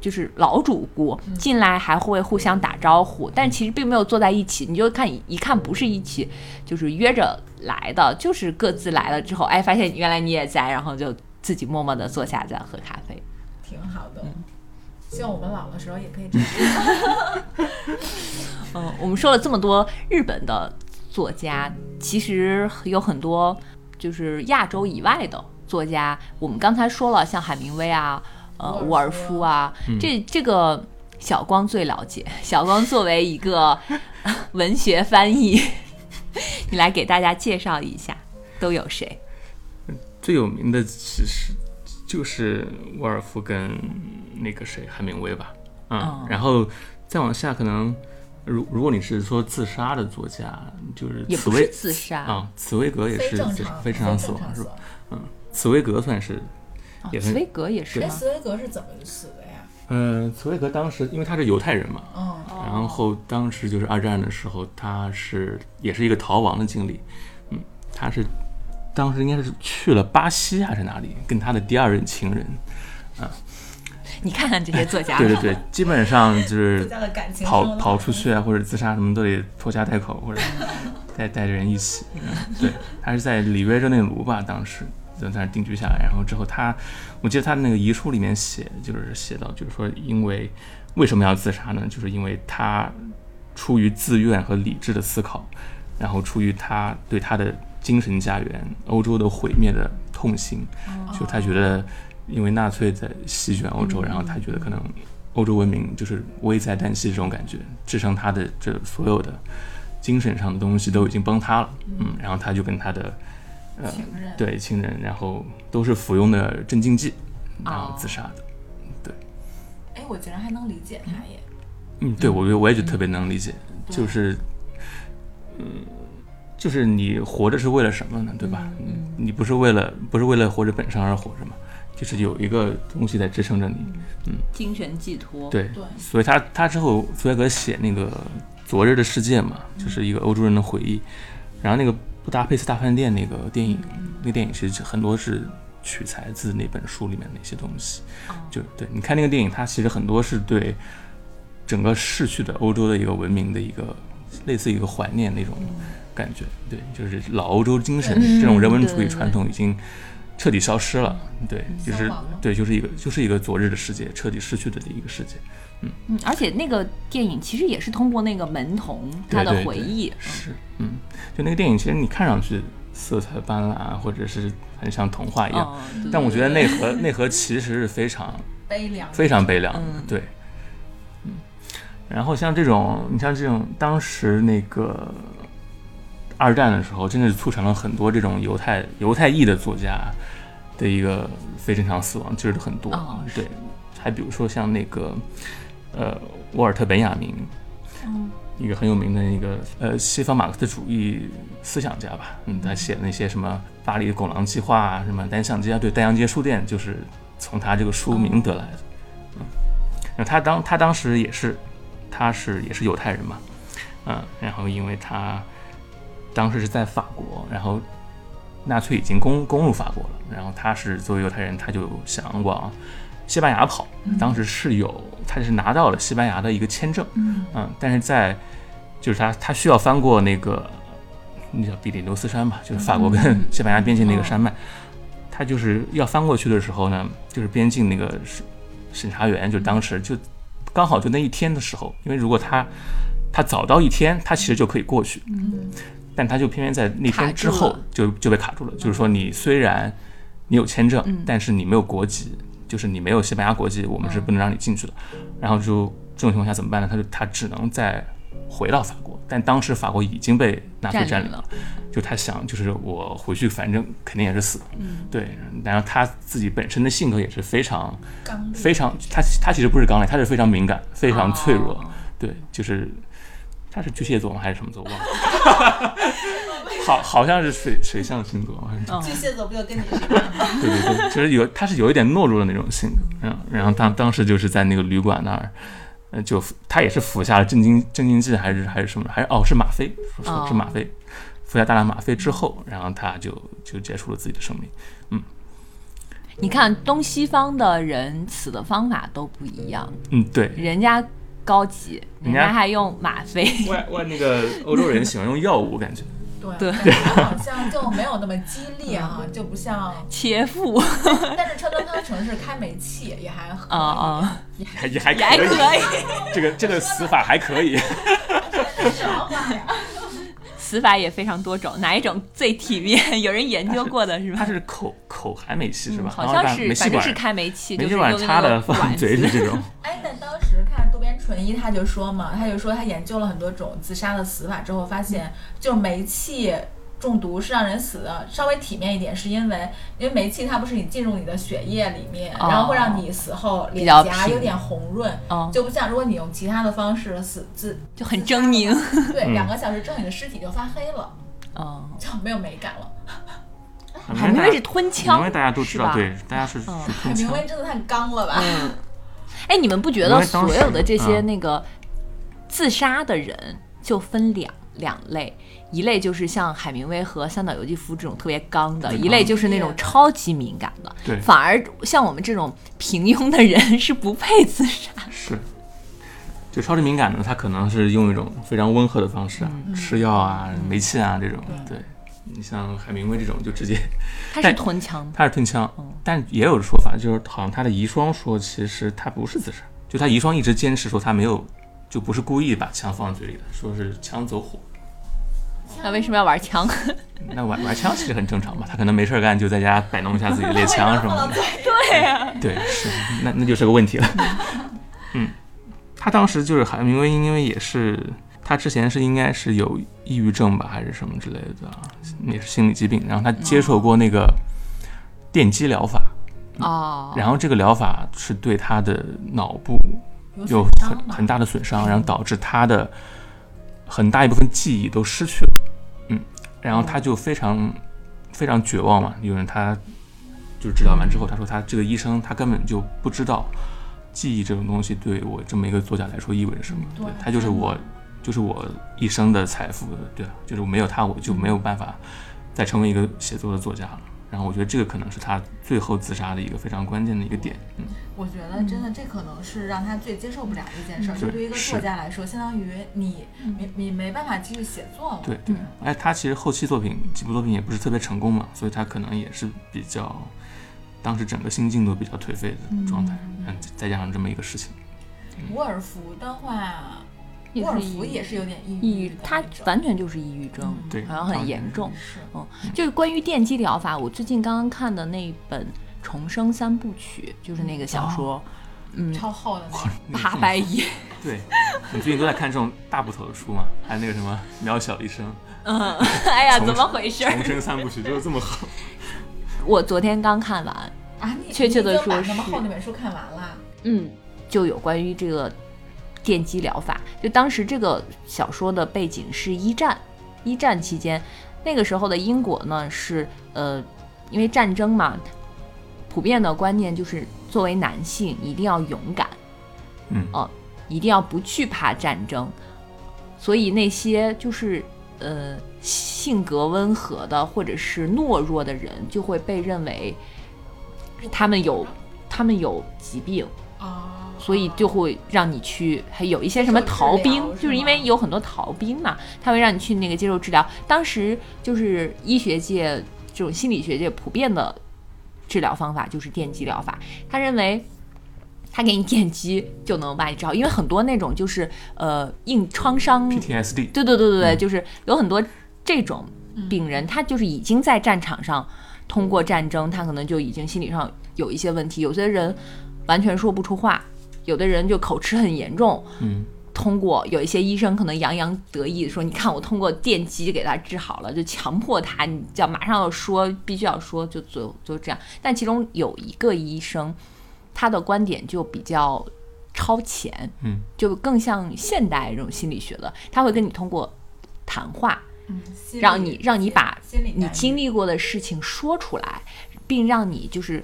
Speaker 1: 就是老主顾进来还会互相打招呼，但其实并没有坐在一起，你就看一看不是一起，就是约着来的，就是各自来了之后，哎，发现原来你也在，然后就自己默默的坐下在喝咖啡。
Speaker 3: 挺好的。希望我们老的时候也可以这样。
Speaker 1: 嗯，我们说了这么多日本的作家，其实有很多就是亚洲以外的作家。我们刚才说了，像海明威啊，呃，
Speaker 3: 伍
Speaker 1: 伍
Speaker 3: 尔
Speaker 1: 尔
Speaker 3: 夫
Speaker 1: 夫啊，这这个小光最了解。小光作为一个文学翻译， [LAUGHS] 你来给大家介绍一下都有谁？
Speaker 2: 最有名的其实就是沃尔夫跟那个谁海明威吧，嗯
Speaker 1: 哦，
Speaker 2: 然后再往下可能，如如果你是说自杀的作家，就是
Speaker 1: 也
Speaker 2: 茨
Speaker 1: 不
Speaker 2: 威
Speaker 1: 是自杀，
Speaker 2: 啊，茨威格也
Speaker 3: 非
Speaker 2: 是
Speaker 3: 正
Speaker 2: 自杀
Speaker 3: 常，
Speaker 2: 非正常死亡是吧？？茨威格算是，
Speaker 1: 啊
Speaker 2: 也
Speaker 1: 茨
Speaker 2: 很
Speaker 1: 威格也是
Speaker 3: 哎，
Speaker 1: 吗？
Speaker 3: 茨威格是怎么死的呀？
Speaker 2: 嗯，茨威格当时因为他是犹太人嘛，
Speaker 3: 嗯，
Speaker 2: 然后当时就是二战的时候，他是也是一个逃亡的经历，嗯，他是当时应该是去了巴西还是哪里，跟他的第二任情人，
Speaker 1: 你看看这些
Speaker 2: [LAUGHS]
Speaker 1: 作家，
Speaker 2: 对对对，基本上就
Speaker 3: 大
Speaker 2: 是
Speaker 3: [LAUGHS] 家的感情
Speaker 2: 跑
Speaker 3: 生了
Speaker 2: 跑出去啊，或者自杀什么都得拖家带口，或者带带着人一起。嗯对，他是在里约热内卢吧，当时就在那儿定居下来。然后之后他，我记得他的那个遗书里面写，就是写到，就是说因为为什么要自杀呢？就是因为他出于自愿和理智的思考，然后出于他对他的精神家园欧洲的毁灭的痛心，就他觉得因为纳粹在席卷欧洲，然后他觉得可能欧洲文明就是危在旦夕这种感觉，支撑他的这所有的精神上的东西都已经崩塌了，嗯，然后他就跟他的呃
Speaker 3: 情人，
Speaker 2: 对亲人，然后都是服用的镇静剂，然后
Speaker 1: 哦
Speaker 2: 自杀的。
Speaker 3: 哎，我竟然还能理解他耶。
Speaker 2: 嗯，对，我觉得我也就特别能理解，
Speaker 3: 对
Speaker 2: 就是，嗯，就是你活着是为了什么呢？对吧？嗯，你不是为了不是为了活着本身而活着嘛，就是有一个东西在支撑着你。
Speaker 1: 精神寄托，
Speaker 2: 对，
Speaker 3: 对
Speaker 2: 所以他他之后茨威格写那个《昨日的世界》嘛，
Speaker 3: 嗯
Speaker 2: 就是一个欧洲人的回忆，然后那个布达佩斯大饭店那个电影，那个电影其实很多是取材自那本书里面的一些东西，
Speaker 3: 哦
Speaker 2: 就对，你看那个电影，它其实很多是对整个逝去的欧洲的一个文明的一个类似一个怀念那种
Speaker 3: 嗯
Speaker 2: 感觉，对，就是老欧洲精神、
Speaker 1: 嗯
Speaker 2: 这种人文
Speaker 1: 对
Speaker 2: 主义传统已经彻底消失了，对，就是
Speaker 3: 嗯消亡了
Speaker 2: 对，就是一个就是一个昨日的世界，彻底失去的一个世界。
Speaker 1: 嗯，而且那个电影其实也是通过那个门童他
Speaker 2: 对
Speaker 1: 的
Speaker 2: 对
Speaker 1: 回
Speaker 2: 对
Speaker 1: 忆，
Speaker 2: 是，嗯，就那个电影，其实你看上去色彩斑斓，啊或者是很像童话一样，
Speaker 1: 嗯，对
Speaker 2: 哎但我觉得内核内核其实是非常
Speaker 3: 悲凉，
Speaker 2: 非常悲凉的，
Speaker 1: 嗯
Speaker 2: 对，嗯。然后像这种，你像这种，当时那个二战的时候，真的是促成了很多这种犹太犹太裔的作家的一个非正常死亡，就是很多，
Speaker 1: 哦
Speaker 2: 对。还比如说像那个呃沃尔特本雅明，一个很有名的一个呃西方马克思主义思想家吧，嗯，他写的那些什么巴黎拱廊计划啊，什么单向街啊，对，单向街书店就是从他这个书名得来的。嗯，那他当他当时也是，他是也是犹太人嘛，嗯，然后因为他当时是在法国，然后纳粹已经攻攻入法国了，然后他是作为犹太人，他就想往西班牙跑，当时是有他是拿到了西班牙的一个签证，
Speaker 3: 嗯
Speaker 2: 但是在就是他他需要翻过那个那叫比利牛斯山吧，就是法国跟西班牙边境那个山脉，他就是要翻过去的时候呢，就是边境那个审审查员就当时就刚好就那一天的时候，因为如果他他早到一天，他其实就可以过去，
Speaker 3: 嗯
Speaker 2: 但他就偏偏在那
Speaker 1: 卡
Speaker 2: 天之
Speaker 1: 住
Speaker 2: 后
Speaker 1: 了
Speaker 2: 就就被卡住了。就是说，你虽然你有签证，
Speaker 1: 嗯
Speaker 2: 但是你没有国籍，就是你没有西班牙国籍，我们是不能让你进去的。然后就这种情况下怎么办呢？他就他只能再回到法国，但当时法国已经被纳粹占
Speaker 1: 占领
Speaker 2: 领
Speaker 1: 了，
Speaker 2: 就他想，就是我回去反正肯定也是死，
Speaker 1: 嗯
Speaker 2: 对。然后他自己本身的性格也是非常
Speaker 3: 刚
Speaker 2: 非常，他他其实不是刚烈，他是非常敏感，非常脆弱，
Speaker 1: 哦
Speaker 2: 对，就是他是巨蟹座吗？还是什么座？忘
Speaker 1: [LAUGHS]
Speaker 2: 了，好好像是水水象星座，还是
Speaker 1: 嗯
Speaker 3: 巨蟹座不就跟你是一样吗？
Speaker 2: 对对对，就是有他是有一点懦弱的那种性格，嗯，然后他当时就是在那个旅馆那儿，呃，就服他也是服下了镇静镇静剂还是还是什么，还是哦是吗啡，说说是吗啡，服下大量吗啡之后，然后他就就结束了自己的生命，
Speaker 1: 你看东西方的人死的方法都不一样，
Speaker 2: 嗯，对，
Speaker 1: 人家高级，人
Speaker 2: 人家
Speaker 1: 家还用吗啡。 [LAUGHS]
Speaker 2: 外外那个欧洲人喜欢用药物，感觉
Speaker 1: [LAUGHS]
Speaker 2: [LAUGHS]
Speaker 1: 对 [LAUGHS] 嗯
Speaker 3: 对，感觉好像就没有那么激烈啊，就不像。
Speaker 1: 切腹
Speaker 3: 但是川东汤城市开煤气也还
Speaker 1: 啊
Speaker 3: 好，
Speaker 1: 啊，
Speaker 2: 还也还
Speaker 1: 也还
Speaker 2: 可
Speaker 1: 可
Speaker 2: 以，
Speaker 1: 以，
Speaker 2: 这个这个死法还可以。
Speaker 3: 什么话呀？
Speaker 1: 死法也非常多种，哪一种最体面？有人研究过的是
Speaker 2: 它
Speaker 1: 吧？
Speaker 2: 是口口含煤气 [LAUGHS] 是吧？
Speaker 1: 嗯好
Speaker 2: 然后
Speaker 1: 像
Speaker 2: 把
Speaker 1: 是，
Speaker 2: 煤
Speaker 1: 反
Speaker 2: 气
Speaker 1: 正
Speaker 2: 管
Speaker 1: 是开煤气，就是
Speaker 2: 煤气
Speaker 1: 用那
Speaker 2: 管
Speaker 1: 个
Speaker 2: 插的放
Speaker 1: 管
Speaker 2: 嘴里
Speaker 1: 子
Speaker 2: 这
Speaker 1: [LAUGHS]
Speaker 2: 种，
Speaker 3: 哎，但当时看渡边淳一他就说嘛，他就说他研究了很多种自杀的死法之后，发现就煤气。中毒是让人死的稍微体面一点，是因为因为煤气它不是你进入你的血液里面，
Speaker 1: 哦
Speaker 3: 然后会让你死后
Speaker 1: 比
Speaker 3: 脸
Speaker 1: 较
Speaker 3: 颊
Speaker 1: 平
Speaker 3: 有点红润，
Speaker 1: 哦，
Speaker 3: 就不像如果你用其他的方式死自
Speaker 1: 就很狰狞， [LAUGHS]
Speaker 3: 对、
Speaker 2: 嗯
Speaker 3: 两个小时之后你的尸体就发黑了，
Speaker 1: 哦，
Speaker 3: 就没有美感了。
Speaker 1: 海明威是吞
Speaker 2: 海明
Speaker 1: 枪
Speaker 2: 威，大家都知
Speaker 1: 是
Speaker 2: 道
Speaker 1: 吧，
Speaker 2: 对，大家是是
Speaker 1: 嗯
Speaker 2: 吞
Speaker 3: 海明
Speaker 2: 枪。
Speaker 3: 威真的太刚了吧？
Speaker 1: 嗯，哎，你们不觉
Speaker 2: 因
Speaker 1: 得
Speaker 2: 为当
Speaker 1: 所
Speaker 2: 时
Speaker 1: 有的这些
Speaker 2: 嗯
Speaker 1: 那个自杀的人就分两两类？一类就是像海明威和三岛由纪夫这种特别刚的，
Speaker 2: 特别
Speaker 1: 一类就是那种超级敏感的。
Speaker 2: 对
Speaker 1: 反而像我们这种平庸的人是不配自杀。
Speaker 2: 是，就超级敏感的，他可能是用一种非常温和的方式啊，
Speaker 1: 嗯
Speaker 2: 吃药啊、煤气啊这种。对，你像海明威这种，就直接
Speaker 1: 他是
Speaker 2: 但
Speaker 1: 吞枪的，
Speaker 2: 他是吞枪，
Speaker 1: 嗯
Speaker 2: 但也有说法，就是好像他的遗孀说，其实他不是自杀，就他遗孀一直坚持说他没有，就不是故意把枪放嘴里的，说是枪走火。
Speaker 1: 那为什么要玩枪？ [LAUGHS]
Speaker 2: 那玩玩枪其实很正常嘛，他可能没事儿干就在家摆弄一下自己猎枪什么的。
Speaker 1: 对呀、
Speaker 2: 对，啊是，那那就是个问题了。嗯，他当时就是海明威，因为也是他之前是应该是有抑郁症吧，还是什么之类的啊，也是心理疾病。然后他接受过那个电击疗法，
Speaker 1: 哦，
Speaker 2: 然后这个疗法是对他的脑部有
Speaker 3: 损
Speaker 2: 很
Speaker 3: 伤吧
Speaker 2: 很大的损伤，然后导致他的很大一部分记忆都失去了。嗯，然后他就非常非常绝望嘛，因为他就是治疗完之后，他说他这个医生他根本就不知道记忆这种东西对我这么一个作家来说意味着什么，
Speaker 3: 对
Speaker 2: 他就是我就是我一生的财富，对啊，就是没有他我就没有办法再成为一个写作的作家了。然后我觉得这个可能是他最后自杀的一个非常关键的一个点，嗯，
Speaker 3: 我觉得真
Speaker 1: 嗯
Speaker 3: 的这可能是让他最接受不了的一件事儿，
Speaker 2: 嗯
Speaker 3: 就对于一个
Speaker 2: 是
Speaker 3: 作家来说，相当于你
Speaker 1: 嗯
Speaker 3: 你你没办法继续写作了。
Speaker 2: 对对，哎，他其实后期作品几部作品也不是特别成功嘛，所以他可能也是比较当时整个心境都比较颓废的状态，嗯，再加上这么一个事情，
Speaker 3: 伍尔夫的话，
Speaker 1: 也
Speaker 3: 伍
Speaker 1: 是
Speaker 3: 尔
Speaker 1: 抑
Speaker 3: 夫
Speaker 1: 郁
Speaker 3: 也是有点抑
Speaker 1: 抑郁
Speaker 3: 的，
Speaker 1: 他
Speaker 3: 那种
Speaker 1: 完全就是抑郁症，
Speaker 2: 嗯对，
Speaker 1: 好像很
Speaker 2: 当
Speaker 1: 严
Speaker 2: 年
Speaker 1: 重。
Speaker 3: 是
Speaker 1: 嗯，就是关于电击疗法，我最近刚刚看的那本《重生三部曲》，就是那个小
Speaker 2: 哦
Speaker 1: 说，嗯，
Speaker 3: 超厚的那种。
Speaker 2: 那个
Speaker 1: 八
Speaker 2: 更
Speaker 1: 百页，
Speaker 2: 对， [LAUGHS] 你最近都在看这种大部头的书嘛？还有那个什么《渺小一生
Speaker 1: 嗯， [LAUGHS] 哎呀，
Speaker 2: 重
Speaker 1: 怎么回事》
Speaker 2: 《？重生三部曲》都是这么
Speaker 3: [LAUGHS]
Speaker 2: 好。
Speaker 1: 我昨天刚看完，
Speaker 3: 啊，你
Speaker 1: 确切地
Speaker 3: 你已经
Speaker 1: 说
Speaker 3: 把那么
Speaker 1: 是
Speaker 3: 厚那本书看完了，
Speaker 1: 嗯，就有关于这个电击疗法，就当时这个小说的背景是一战，一战期间，那个时候的英国呢是呃，因为战争嘛，普遍的观念就是作为男性一定要勇敢。呃
Speaker 2: 嗯，
Speaker 1: 一定要不惧怕战争。所以那些就是呃性格温和的或者是懦弱的人，就会被认为他们有他们有疾病，
Speaker 3: 哦，
Speaker 1: 所以就会让你去，还有一些什么
Speaker 3: 受治
Speaker 1: 逃兵
Speaker 3: 疗哦是，吗
Speaker 1: 就是因为有很多逃兵嘛，他会让你去那个接受治疗。当时就是医学界这种心理学界普遍的治疗方法就是电击疗法，他认为。他给你电击就能把你治好，因为很多那种就是呃硬创伤
Speaker 2: PTSD
Speaker 1: 对对对对对，
Speaker 2: 嗯
Speaker 1: 就是有很多这种病人，他就是已经在战场上通过战争，他可能就已经心理上有一些问题。有些人完全说不出话，有的人就口吃很严重。
Speaker 2: 嗯，
Speaker 1: 通过有一些医生可能洋洋得意地说：“你看，我通过电击给他治好了，就强迫他，你叫马上要说，必须要说，就就就这样。”但其中有一个医生，他的观点就比较超前，
Speaker 2: 嗯，
Speaker 1: 就更像现代这种心理学的，他会跟你通过谈话，
Speaker 3: 嗯心理
Speaker 1: 让你让你把
Speaker 3: 心理
Speaker 1: 你
Speaker 2: 嗯
Speaker 3: 干预
Speaker 1: 经历过的事情说出来，并让你就是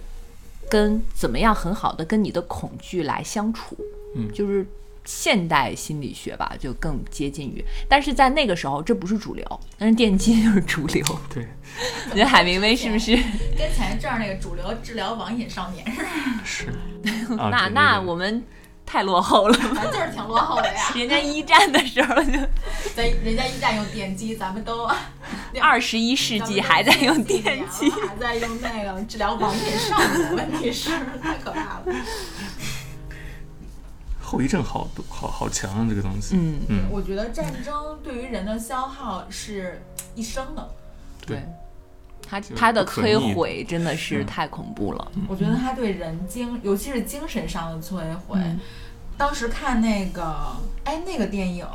Speaker 1: 跟怎么样很好的跟你的恐惧来相处，
Speaker 2: 嗯
Speaker 1: 就是现代心理学吧，就更接近于，但是在那个时候这不是主流，但是电击就是主流。
Speaker 2: [LAUGHS] 对，
Speaker 1: 你觉得海明威是不是？
Speaker 3: 跟前一阵儿那个主流治疗网瘾少年似的， [LAUGHS]
Speaker 2: 是。 [LAUGHS] 啊
Speaker 1: 那
Speaker 2: 对
Speaker 1: 那
Speaker 2: 对对
Speaker 1: 我们太落后了，
Speaker 3: 咱 [LAUGHS] 就是挺落后的呀。
Speaker 1: 人家一战的时候就
Speaker 3: 咱人家一战用电击，咱们都
Speaker 1: 二十一世纪还在用电击。
Speaker 3: 啊还在用那个治疗网瘾少女，问题是太可怕了。
Speaker 2: 后遗症好多，好好强啊，这个东西。
Speaker 1: 嗯，
Speaker 2: 嗯，
Speaker 3: 我觉得战争对于人的消耗是一生的，
Speaker 1: 对
Speaker 2: 对，
Speaker 1: 他
Speaker 2: 就是
Speaker 1: 他的
Speaker 2: 不可逆的
Speaker 1: 摧毁真的是
Speaker 2: 嗯
Speaker 1: 太恐怖了。
Speaker 3: 我觉得它对人精，尤其是精神上的摧毁。
Speaker 1: 嗯
Speaker 3: 当时看那个，哎，那个电影。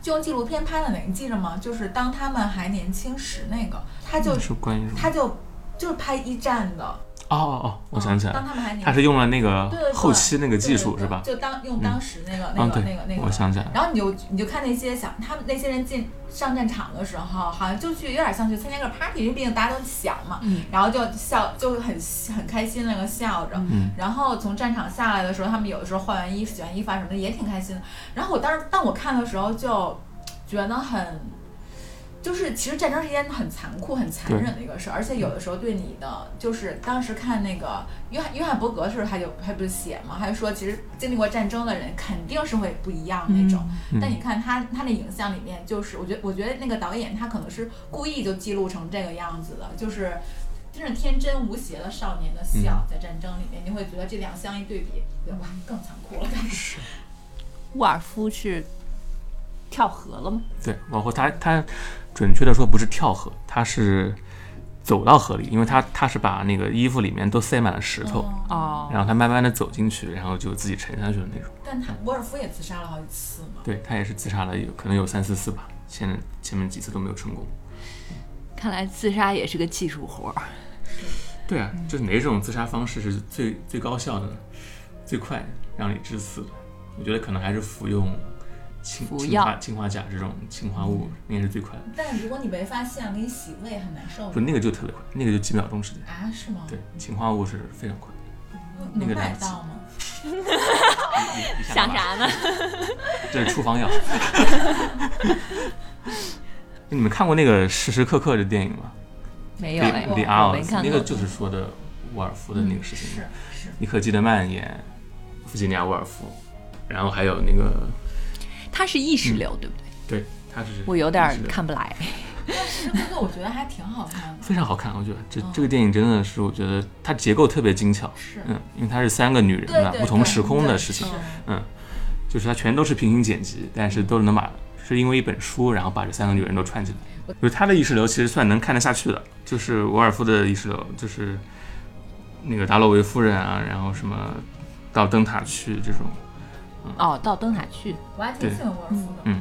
Speaker 3: 就用纪录片拍的那个，你记着吗？就是当他们还年轻时那个，他就
Speaker 2: 就是关于什么？
Speaker 3: 他就就是拍一战的，嗯
Speaker 2: 哦哦哦，嗯我想起来
Speaker 3: 当
Speaker 2: 了，
Speaker 3: 他们还年
Speaker 2: 他是用了那个
Speaker 3: 对对对
Speaker 2: 后期那个技术
Speaker 3: 对对
Speaker 2: 是吧？
Speaker 3: 就当用当时那个、那
Speaker 2: 嗯，
Speaker 3: 个、那个那
Speaker 2: 对，
Speaker 3: 个，
Speaker 2: 我想起来了。
Speaker 3: 然后你就你就看那些想他们那些人进上战场的时候，好像就去有点像去参加个 party，因为毕竟大家都想嘛，
Speaker 1: 嗯
Speaker 3: 然后就笑就很很开心那个笑着。
Speaker 2: 嗯，
Speaker 3: 然后从战场下来的时候，他们有的时候换完衣服、洗完衣服啊什么的也挺开心的。然后我当时当我看的时候，就觉得很，就是其实战争是一件很残酷、很残忍的一个事儿，而且有的时候对你的就是当时看那个约翰约翰伯格的时候，他就他不是写嘛，他就说其实经历过战争的人肯定是会不一样那种。
Speaker 2: 嗯
Speaker 3: 但你看他他那影像里面，就是我觉得我觉得那个导演他可能是故意就记录成这个样子的，就是真是天真无邪的少年的
Speaker 2: 嗯
Speaker 3: 笑，在战争里面，你会觉得这两相一对比，觉得哇更残酷了。
Speaker 1: 沃尔夫是跳河了吗？
Speaker 2: 对，包括他他准确的说不是跳河，他是走到河里，因为他他是把那个衣服里面都塞满了石头，
Speaker 1: 哦，
Speaker 2: 然后他慢慢的走进去，然后就自己沉下去的那种。
Speaker 3: 但他沃尔夫也自杀了好几次嘛，
Speaker 2: 对他也是自杀了有可能有三四次吧，前前面几次都没有成功。
Speaker 1: 看来自杀也是个技术活儿。
Speaker 2: 对啊，
Speaker 1: 嗯
Speaker 2: 就是哪种自杀方式是最最高效的呢？最快让你致死的？我觉得可能还是服用氰
Speaker 1: 服
Speaker 2: 氰
Speaker 1: 药嗯
Speaker 2: 化氰化钾这种氰化物，应该是最快的。
Speaker 3: 但如果你被发现了，给你洗胃很难受
Speaker 2: 不，那个就特别快，那个就几秒钟时间。
Speaker 3: 啊？是吗？
Speaker 2: 对，氰化物是非常快。那
Speaker 3: 能
Speaker 2: 个
Speaker 3: 买
Speaker 2: 了不起
Speaker 3: 到吗？
Speaker 2: 你你
Speaker 1: 想啥呢？
Speaker 2: 这是处方药。 [LAUGHS] 你们看过那个《时时刻刻》的电影吗？
Speaker 1: 没有哎，
Speaker 2: The
Speaker 1: 我
Speaker 2: The
Speaker 1: 我
Speaker 2: Hours
Speaker 1: 没看
Speaker 2: 那个
Speaker 1: 过。嗯
Speaker 2: 就是说的沃尔夫的那个事情
Speaker 3: 是。是，
Speaker 2: 尼克基德曼演弗吉尼亚·沃尔夫，然后还有那个
Speaker 1: 他是意识
Speaker 2: 嗯
Speaker 1: 流，对不对？
Speaker 2: 对，他是
Speaker 1: 我有点儿
Speaker 2: 是的
Speaker 1: 看不来。
Speaker 3: 这个我觉得还挺好看
Speaker 2: [LAUGHS]
Speaker 3: 的。
Speaker 2: 非常好看，我觉得这
Speaker 1: 哦
Speaker 2: 这个电影真的是，我觉得它结构特别精巧。
Speaker 3: 是，
Speaker 2: 嗯，因为它是三个女人
Speaker 3: 对
Speaker 2: 嘛，
Speaker 3: 对，
Speaker 2: 不同
Speaker 3: 对
Speaker 2: 时空的
Speaker 3: 对
Speaker 2: 事情
Speaker 3: 是，
Speaker 2: 嗯，就是它全都是平行剪辑，但是都能把是因为一本书，然后把这三个女人都串起来。就是他的意识流其实算能看得下去的，就是伍尔夫的意识流，就是那个达洛维夫人啊，然后什么到灯塔去这种，
Speaker 1: 哦，到灯塔去，
Speaker 3: 我还挺喜欢沃尔夫的。
Speaker 2: 嗯，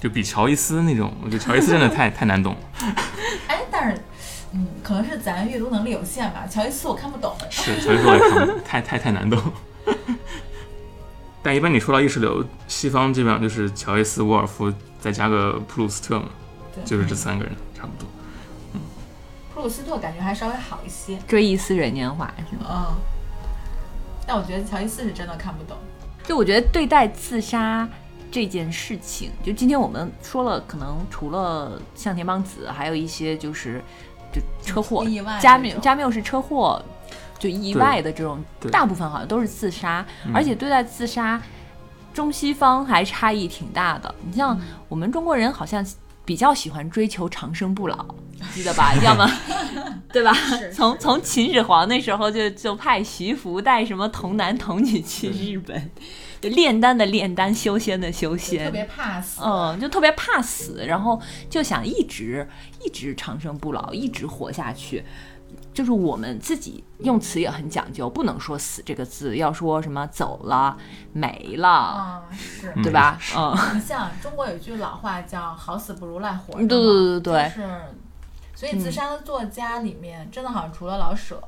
Speaker 2: 就比乔伊斯那种，我觉得乔伊斯真的太太难懂了。
Speaker 3: 哎，但是，嗯，可能是咱阅读能力有限吧。乔伊斯我看不懂，
Speaker 2: 是，所以说我也看不懂，太太太难懂。但一般你说到意识流，西方基本上就是乔伊斯、沃尔夫，再加个普鲁斯特嘛，
Speaker 3: 对，
Speaker 2: 就是这三个人差不多。
Speaker 3: 普鲁斯特感觉还稍微好一些，
Speaker 1: 《追忆似水年华》是吗？
Speaker 3: 嗯。但我觉得乔伊斯是真的看不懂，
Speaker 1: 就我觉得对待自杀这件事情，就今天我们说了，可能除了向田邦子，还有一些就是就车祸
Speaker 3: 意外，
Speaker 1: 加
Speaker 3: 那
Speaker 1: 缪
Speaker 3: 种
Speaker 1: 加缪是车祸，就意外的这种，
Speaker 2: 对
Speaker 1: 大部分好像都是自杀，
Speaker 2: 嗯
Speaker 1: 而且对待自杀，中西方还差异挺大的。你像我们中国人好像。比较喜欢追求长生不
Speaker 3: [LAUGHS]
Speaker 1: 老，记得吧？要么，对吧？
Speaker 3: 是
Speaker 1: 从
Speaker 3: 是
Speaker 1: 从秦始皇那时候就就派徐福带什么童男童女去日本，就炼丹的炼丹，修仙的修
Speaker 3: 就特别
Speaker 1: 仙，
Speaker 3: 怕死。
Speaker 1: 嗯，就特别怕死，然后就想一直一直长生不老，一直活下去。就是我们自己用词也很讲究，不能说“死”这个字，要说什么走了、没了，
Speaker 3: 啊、是。
Speaker 1: 对吧？嗯，
Speaker 3: 你像中国有句老话叫“好死不如赖活着”，
Speaker 1: 对对对对
Speaker 3: 就是。所以自杀的作家里面，真的好像除了老舍，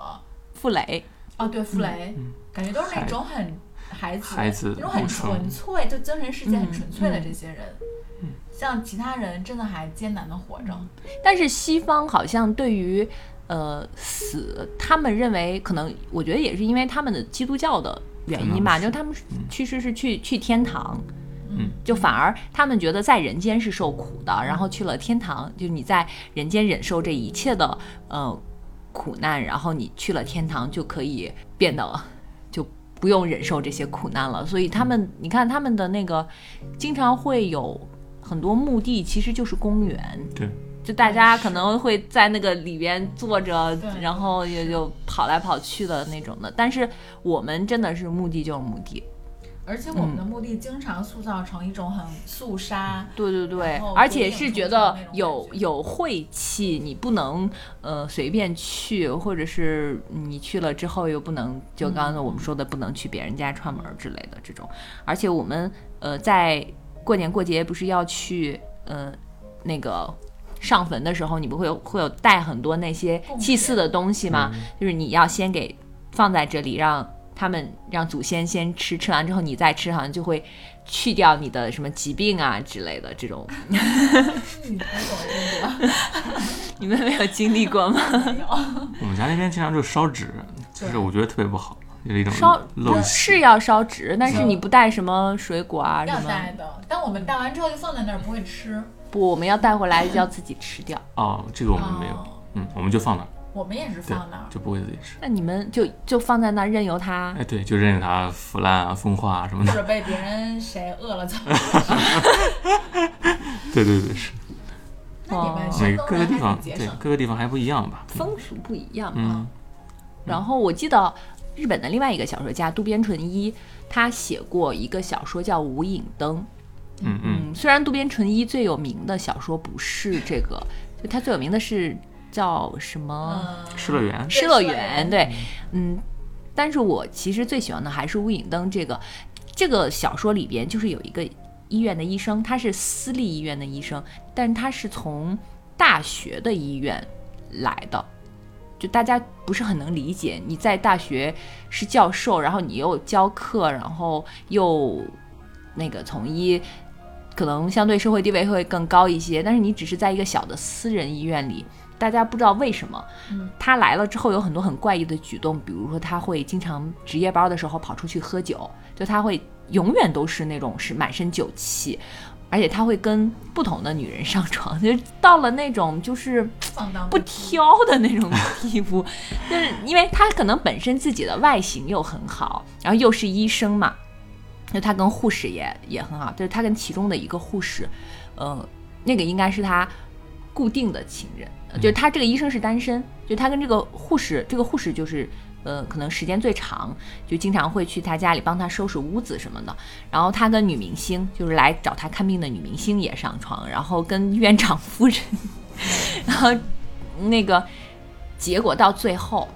Speaker 1: 傅雷，
Speaker 3: 哦，对，傅雷，
Speaker 1: 嗯
Speaker 3: 感觉都是那
Speaker 2: 孩
Speaker 3: 种很孩子、
Speaker 2: 孩子
Speaker 3: 那种很
Speaker 2: 无成
Speaker 3: 纯粹，就精神世界很
Speaker 1: 嗯
Speaker 3: 纯粹的
Speaker 1: 嗯
Speaker 3: 这些人。像其他人真的还艰难的活着，
Speaker 1: 但是西方好像对于呃死，他们认为可能，我觉得也是因为他们的基督教的原因吧，
Speaker 2: 可能是
Speaker 1: 就他们去世是去去天堂，
Speaker 2: 嗯，
Speaker 1: 就反而他们觉得在人间是受苦的，然后去了天堂，就你在人间忍受这一切的呃苦难，然后你去了天堂就可以变得就不用忍受这些苦难了。所以他们，你看他们的那个经常会有很多墓地，其实就是公园，
Speaker 2: 对，
Speaker 1: 就大家可能会在那个里边坐着
Speaker 3: 对，
Speaker 1: 然后也就跑来跑去的那种的。但是我们真的是墓地就是墓地，
Speaker 3: 而且我们
Speaker 1: 嗯
Speaker 3: 的墓地经常塑造成一种很肃杀，
Speaker 1: 对对对
Speaker 3: 然后，
Speaker 1: 而且是觉得
Speaker 3: 不定
Speaker 1: 有
Speaker 3: 冲突
Speaker 1: 有晦气，你不能呃随便去，或者是你去了之后又不能，就刚刚我们说的不能去别人家串门儿之类的这种。而且我们呃在过年过节不是要去呃那个。上坟的时候，你不会有会有带很多那些
Speaker 3: 贡
Speaker 1: 祭祀
Speaker 3: 品
Speaker 1: 的东西吗？
Speaker 2: 嗯
Speaker 1: 就是你要先给放在这里，让他们让祖先先吃，吃完之后你再吃，好像就会去掉你的什么疾病啊之类的这 [LAUGHS] 种。
Speaker 3: 嗯你你懂
Speaker 1: [LAUGHS] 你们没有经历过吗？
Speaker 3: 这个没有？
Speaker 2: 我们家那边经常就是烧纸，就是
Speaker 3: 对
Speaker 2: 我觉得特别不好，就是一种
Speaker 1: [LAUGHS] 烧呃
Speaker 2: 陋习。
Speaker 1: 是要烧纸，但是你不带什么水果啊
Speaker 3: 要
Speaker 1: 什么？
Speaker 3: 带的，但我们带完之后就放在那儿不会吃。
Speaker 1: 不，我们要带回来要自己吃掉。
Speaker 2: 哦，这个我们没有，
Speaker 3: 哦
Speaker 2: 嗯，我们就放那儿，
Speaker 3: 我们也是
Speaker 2: 对
Speaker 3: 放那儿，
Speaker 2: 就不会自己吃。
Speaker 1: 那你们就就放在那儿任由它
Speaker 2: 哎，对，就任由它腐烂啊、风化啊什么
Speaker 3: 或
Speaker 2: 的。
Speaker 3: 者被别人谁饿了怎么？
Speaker 2: [LAUGHS] 对对对，是
Speaker 3: 那你们
Speaker 2: 每
Speaker 3: 山
Speaker 2: 个
Speaker 3: 东
Speaker 2: 各个
Speaker 3: 人
Speaker 2: 地
Speaker 3: 哦还
Speaker 2: 方
Speaker 3: 挺节
Speaker 2: 对
Speaker 3: 省的。
Speaker 2: 各个地方还不一样吧？
Speaker 1: 风俗不一样嘛。
Speaker 2: 嗯，
Speaker 1: 然后我记得日本的另外一个小说家渡边淳一，他写过一个小说叫《无影灯》。
Speaker 2: 嗯嗯
Speaker 1: 嗯，虽然渡边淳一最有名的小说不是这个，就他最有名的是叫什么
Speaker 3: 嗯，
Speaker 2: 嗯，，失乐园
Speaker 1: 《失乐
Speaker 3: 失乐
Speaker 1: 园》？
Speaker 3: 园
Speaker 1: 对，嗯，但是我其实最喜欢的还是《无影灯》这个这个小说里边，就是有一个医院的医生，他是私立医院的医生，但他是从大学的医院来的。就大家不是很能理解，你在大学是教授，然后你又教课，然后又那个从医，可能相对社会地位会更高一些，但是你只是在一个小的私人医院里，大家不知道为什么，
Speaker 3: 嗯
Speaker 1: 他来了之后有很多很怪异的举动，比如说他会经常值夜班的时候跑出去喝酒，就他会永远都是那种是满身酒气。而且他会跟不同的女人上床， [LAUGHS] 就到了那种就是
Speaker 3: 放荡
Speaker 1: 不
Speaker 3: 不羁。
Speaker 1: 挑的那种 [LAUGHS] 地步，就是因为他可能本身自己的外形又很好，然后又是医生嘛，就他跟护士也也很好，就是他跟其中的一个护士，呃，那个应该是他固定的情人，呃就是他这个医生是单身，就他跟这个护士，这个护士就是。呃，可能时间最长，就经常会去他家里帮他收拾屋子什么的。然后他跟女明星，就是来找他看病的女明星也上床，然后跟院长 [LAUGHS] 夫人然后那个结果到最后，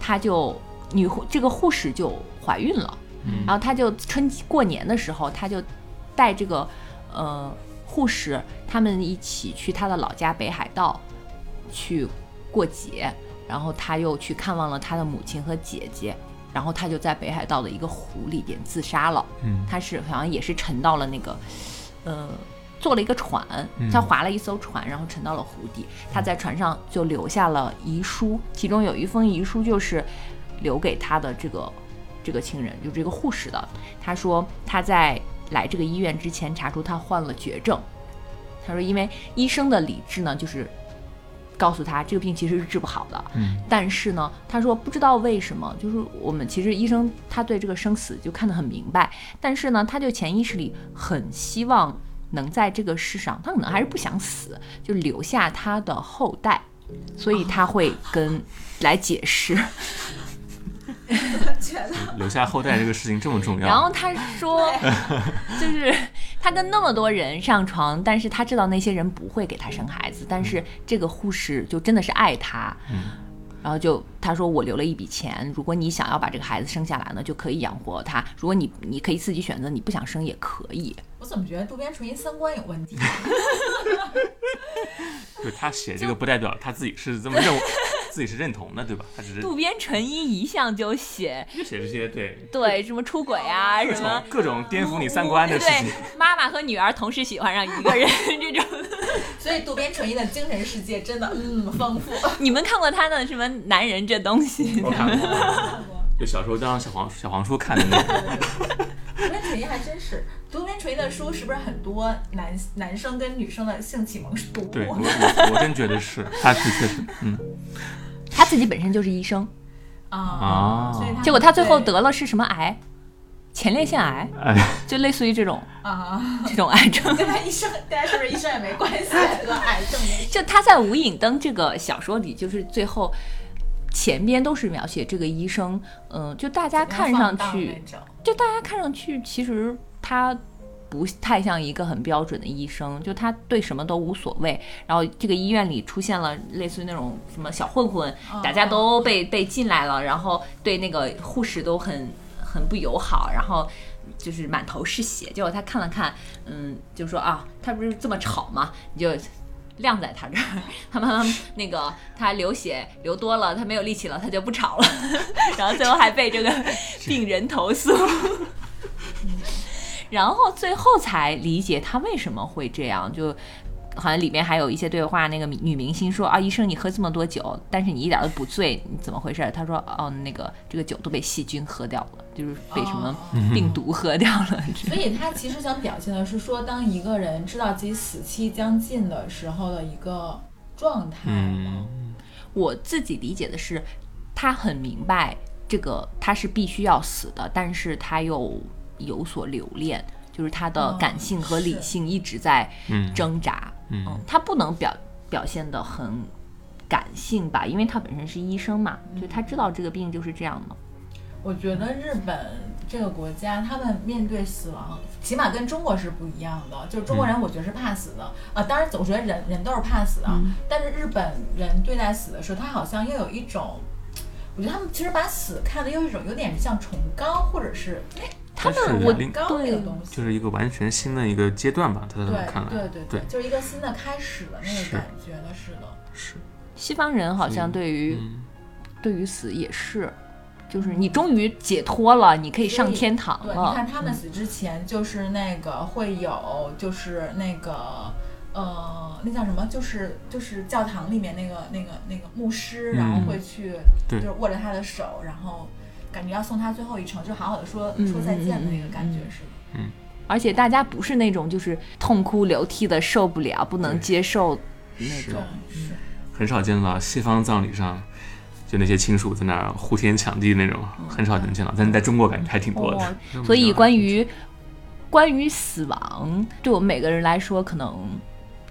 Speaker 1: 她就女护这个护士就怀孕了，
Speaker 2: 嗯
Speaker 1: 然后她就春节过年的时候，她就带这个呃护士他们一起去她的老家北海道去过节，然后她又去看望了她的母亲和姐姐，然后她就在北海道的一个湖里边自杀了。
Speaker 2: 嗯
Speaker 1: 他是好像也是沉到了那个，呃，坐了一个船
Speaker 2: 嗯，
Speaker 1: 他划了一艘船，然后沉到了湖底。他在船上就留下了遗书，其中有一封遗书就是留给他的这个这个亲人，就这个护士的。他说他在来这个医院之前查出他患了绝症，他说因为医生的理智呢就是告诉他这个病其实是治不好的，
Speaker 2: 嗯
Speaker 1: 但是呢，他说不知道为什么，就是我们其实医生他对这个生死就看得很明白，但是呢，他就潜意识里很希望能在这个世上，他可能还是不想死，就留下他的后代，所以他会跟来解释。
Speaker 3: 觉得
Speaker 2: 留下后代这个事情这么重
Speaker 1: [LAUGHS]
Speaker 2: 要，[LAUGHS]
Speaker 1: 然后他说，就是他跟那么多人上床，但是他知道那些人不会给他生孩子，但是这个护士就真的是爱他。然后就他说我留了一笔钱，如果你想要把这个孩子生下来呢，就可以养活他。如果你你可以自己选择，你不想生也可以。
Speaker 3: 我怎么觉得渡边淳一三观有问题？ [LAUGHS]
Speaker 2: 就是他写这个不代表他自己是这么认为， [LAUGHS] 自己是认同的，对吧？他只是
Speaker 1: 渡边淳一一向就写
Speaker 2: 就写这些对
Speaker 1: 对什么出轨啊
Speaker 2: 各
Speaker 1: 什么
Speaker 2: 种。各种颠覆你三观的事情
Speaker 1: 对。，妈妈和女儿同时喜欢上一个人， [LAUGHS] 这种
Speaker 3: 所以渡边淳一的精神
Speaker 1: [LAUGHS]
Speaker 3: 世界真的嗯丰富。
Speaker 2: 哦
Speaker 1: 你们看过他的什么男人这东西？
Speaker 2: 我看过，就小时候当小黄小黄书看的那种。
Speaker 3: 温锤还真是读温锤的书，是不是很多男男生跟女生的性启蒙是读物？
Speaker 2: 对我我我真觉得是，他是确实，
Speaker 1: [LAUGHS]
Speaker 2: 嗯，
Speaker 1: 他自己本身就是医生，
Speaker 3: 啊，所以他
Speaker 1: 结果他最后
Speaker 3: 对
Speaker 1: 得了是什么癌？前列腺癌，
Speaker 2: 哎，
Speaker 1: 就类似于这种 [LAUGHS]
Speaker 3: 啊，
Speaker 1: 这种癌
Speaker 3: [LAUGHS]
Speaker 1: 症。 [LAUGHS]
Speaker 3: 跟他医生，大家是不是医生也没关系？得癌症没
Speaker 1: 就他在《无影灯》这个小说里，就是最后前边都是描写这个医生，嗯、就 [LAUGHS] 大家看上去，
Speaker 3: 那种
Speaker 1: 就大家看上去，其实他不太像一个很标准的医生，就他对什么都无所谓。然后这个医院里出现了类似于那种什么小混混，大家都被被进来了，然后对那个护士都很很不友好，然后。就是满头是血，结果他看了看，嗯，就说啊，他不是这么吵嘛，你就晾在他这儿， [LAUGHS] 他妈妈那个他流血流多了，他没有力气了，他就不吵了， [LAUGHS] 然后最后还被这个病人投诉，然后最后才理解他为什么会这样，就。好像里面还有一些对话，那个女明星说啊，医生你喝这么多酒，但是你一点都不醉，你怎么回事？他说哦，那个这个酒都被细菌喝掉了，就是被什么病毒喝掉了。 [LAUGHS]
Speaker 3: 所以他其实想表现的是说，当一个人知道自己死期将近的时候的一个状态啊嘛。
Speaker 2: 嗯，
Speaker 1: 我自己理解的是，他很明白这个他是必须要死的，但是他又有所留恋，就是他的
Speaker 3: 哦
Speaker 1: 感性和理
Speaker 3: 是
Speaker 1: 性一直在
Speaker 2: 嗯
Speaker 1: 挣扎。
Speaker 2: 嗯
Speaker 1: 他不能表表现的很感性吧，因为他本身是医生嘛，
Speaker 3: 嗯
Speaker 1: 就他知道这个病就是这样的。
Speaker 3: 我觉得日本这个国家，他们面对死亡，起码跟中国是不一样的。就是中国人，我觉得是怕死的、啊。当然，总觉得人人都是怕死的、
Speaker 1: 嗯
Speaker 3: 但是日本人对待死的时候，他好像又有一种，我觉得他们其实把死看的又有一种有点像崇高，或者是
Speaker 1: 他
Speaker 2: 但
Speaker 1: 们
Speaker 2: 是啊
Speaker 1: 我
Speaker 2: 另
Speaker 3: 高那
Speaker 1: 对
Speaker 3: 个东西。
Speaker 2: 就是一个完全新的一个阶段吧，他在
Speaker 3: 对
Speaker 2: 我看来，
Speaker 3: 对对
Speaker 2: 对
Speaker 3: 就是一个新的开始的那
Speaker 2: 是
Speaker 3: 个感觉的，是的。
Speaker 2: 是，
Speaker 1: 西方人好像
Speaker 2: 嗯
Speaker 1: 对于、
Speaker 2: 嗯，
Speaker 1: 对于死也是，就是你终于解脱了，你可以上天堂
Speaker 3: 对，你
Speaker 1: 了。
Speaker 3: 看他们死之前，就是那个会有，就是那个。呃，那叫什么？就是就是教堂里面那个那个那个牧师，然后
Speaker 2: 嗯
Speaker 3: 会去，
Speaker 2: 对
Speaker 3: 就是握着他的手，然后感觉要送他最后一程，就好好的说、
Speaker 1: 嗯
Speaker 3: 说再见的那个
Speaker 1: 嗯嗯
Speaker 3: 感觉
Speaker 1: 嗯
Speaker 3: 似的。
Speaker 1: 而且大家不是那种就是痛哭流涕的受不了、不能
Speaker 2: 对
Speaker 1: 接受那
Speaker 2: 是啊
Speaker 1: 种。
Speaker 3: 是，
Speaker 2: 很少见到西方葬礼上。就那些亲属在那儿呼天抢地那种，很少能见到，但是在中国感觉还挺多的。
Speaker 1: 嗯哦所以关于关于死亡，对我们每个人来说，可能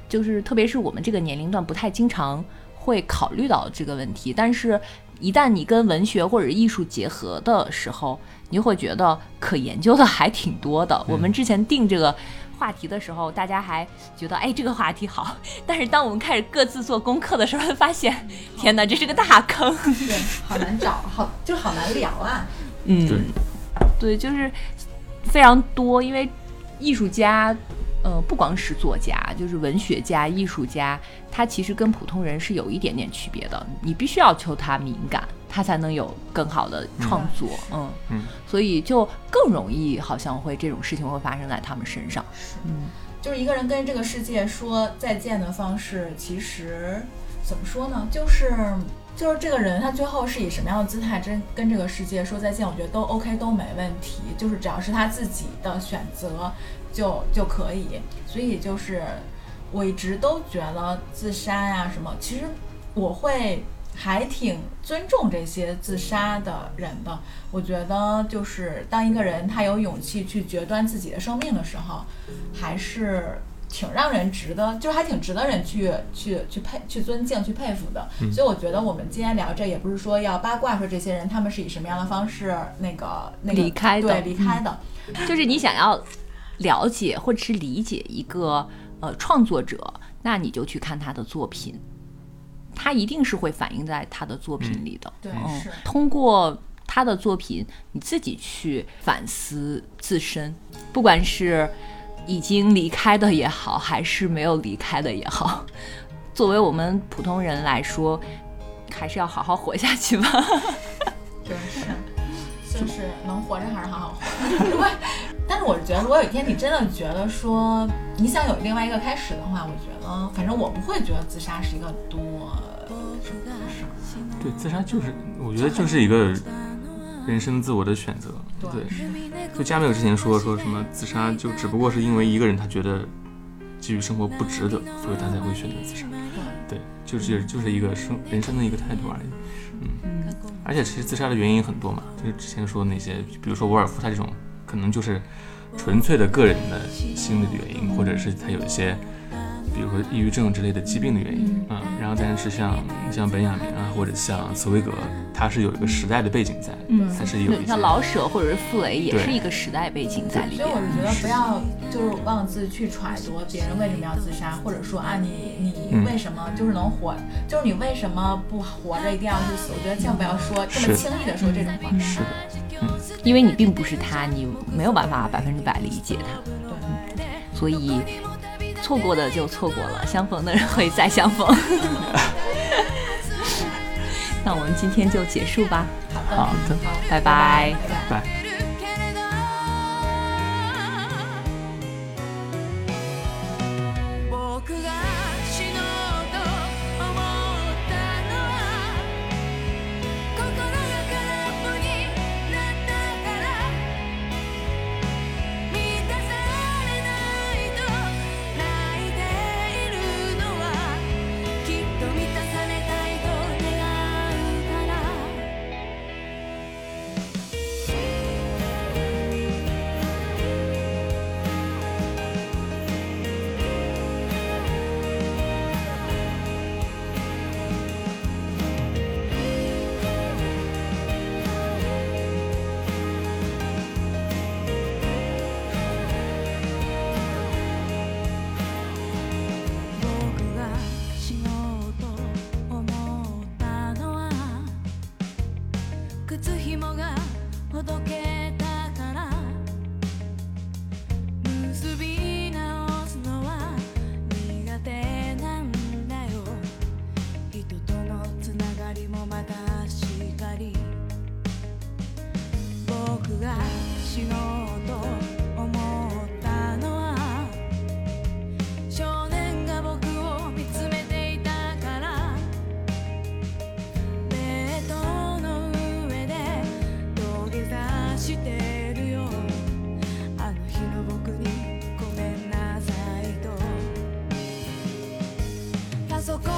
Speaker 1: 就是特别是我们这个年龄段，不太经常会考虑到这个问题。但是，一旦你跟文学或者艺术结合的时候，你就会觉得可研究的还挺多的。我们之前定这个。话题的时候，大家还觉得哎这个话题好， [LAUGHS] 但是当我们开始各自做功课的时候，发现天哪，这是个大坑。
Speaker 3: 对，好难找，好就好难聊啊。
Speaker 1: 嗯，
Speaker 2: 对
Speaker 1: 对，就是非常多，因为艺术家，呃，不光是作家，就是文学家、艺术家，他其实跟普通人是有一点点区别的。你必须要求他敏感，他才能有更好的创作。嗯
Speaker 2: 嗯
Speaker 1: 所以就更容易，好像会这种事情会发生在他们身上。
Speaker 3: 就是一个人跟这个世界说再见的方式，其实怎么说呢？就是就是这个人他最后是以什么样的姿态真跟这个世界说再见，我觉得都 OK 都没问题，就是只要是他自己的选择就就可以。所以就是我一直都觉得自杀呀、什么，其实我会还挺尊重这些自杀的人的。我觉得就是当一个人他有勇气去决断自己的生命的时候，还是挺让人值得，就是还挺值得人去去去佩去尊敬、去佩服的。所以我觉得我们今天聊这也不是说要八卦说这些人他们是以什么样的方式那个那个
Speaker 1: 离开的嗯
Speaker 3: 对离开的，
Speaker 1: 就是你想要了解或者是理解一个呃创作者，那你就去看他的作品，他一定是会反映在他的作品里的。
Speaker 3: 对
Speaker 1: 嗯
Speaker 3: 是，
Speaker 1: 通过他的作品，你自己去反思自身，不管是已经离开的也好，还是没有离开的也好， [LAUGHS] 作为我们普通人来说，还是要好好活下去吧。
Speaker 3: 真是。就是能活着还是好好活。如果，但是我觉得，如果有一天你真的觉得说你想有另外一个开始的话，我觉得，反正我不会觉得自杀是一个多什么事儿。
Speaker 2: 对自杀就是，我觉得就是一个人生自我的选择。
Speaker 3: 对
Speaker 2: 对，就
Speaker 4: 就
Speaker 2: 加
Speaker 4: 加
Speaker 2: 缪
Speaker 4: 缪
Speaker 2: 之
Speaker 4: 之
Speaker 2: 前
Speaker 4: 前
Speaker 2: 说说
Speaker 4: 说说
Speaker 2: 什
Speaker 4: 什
Speaker 2: 么
Speaker 4: 么
Speaker 2: 自
Speaker 4: 自
Speaker 2: 杀就
Speaker 4: 杀，就
Speaker 2: 只
Speaker 4: 只
Speaker 2: 不
Speaker 4: 不
Speaker 2: 过
Speaker 4: 过
Speaker 2: 是
Speaker 4: 是
Speaker 2: 因
Speaker 4: 因
Speaker 2: 为
Speaker 4: 为
Speaker 2: 一个人他觉得继续生活不值得，所
Speaker 4: 所
Speaker 2: 以
Speaker 4: 以
Speaker 2: 他
Speaker 4: 他
Speaker 2: 才
Speaker 4: 才
Speaker 2: 会
Speaker 4: 会
Speaker 2: 选
Speaker 4: 选
Speaker 2: 择
Speaker 4: 择
Speaker 2: 自杀
Speaker 4: 自杀。。
Speaker 2: 对，就是就是一个生人生的一个态度而已。嗯
Speaker 4: 而
Speaker 1: 嗯
Speaker 2: 而且其实自杀的原因很多嘛，就是之前说的那些，比如说沃尔夫他这种，可能就是纯粹的个人的心理的原因，或者是他有一些，比如说抑郁症之类的疾病的原因啊、嗯然后但是像像本雅明啊，或者像茨威格，他是有一个时代的背景在，
Speaker 1: 嗯
Speaker 2: 他是有
Speaker 1: 对
Speaker 2: 一些
Speaker 1: 像老舍或者是傅雷也
Speaker 2: 对
Speaker 1: 是一个时代背景在里
Speaker 3: 所以我
Speaker 1: 边。
Speaker 3: 就觉得不要就是妄自去揣度别人为什么要自杀，或者说啊你你
Speaker 2: 嗯
Speaker 3: 为什么就是能活，就是你为什么不活着一定要去死？我觉得千万不要说这么
Speaker 2: 是
Speaker 3: 轻易的说这种话。
Speaker 2: 是的，
Speaker 1: 因为你并不是他，你没有办法百分之百理解他，嗯
Speaker 3: 对，
Speaker 1: 所以错过的就错过了，相逢的人会再相逢。那我们今天就结束吧，
Speaker 2: 好的，
Speaker 3: 好，
Speaker 1: 拜拜
Speaker 3: 拜拜。
Speaker 2: 拜。
Speaker 4: 「けれど」「僕が死のうと思ったのは」「心が空っぽになったから」「満たされないと泣いているのは」「きっと満たされたいと願うから」僕が死のうと思ったのは靴ひもがほどけたから結び直すのは苦手なんだよ人とのつながりもまたしかり僕が死のうと思ったのは少年が僕を見つめていたからベッドの上で土下座してるよあの日の僕にごめんなさいとパソコン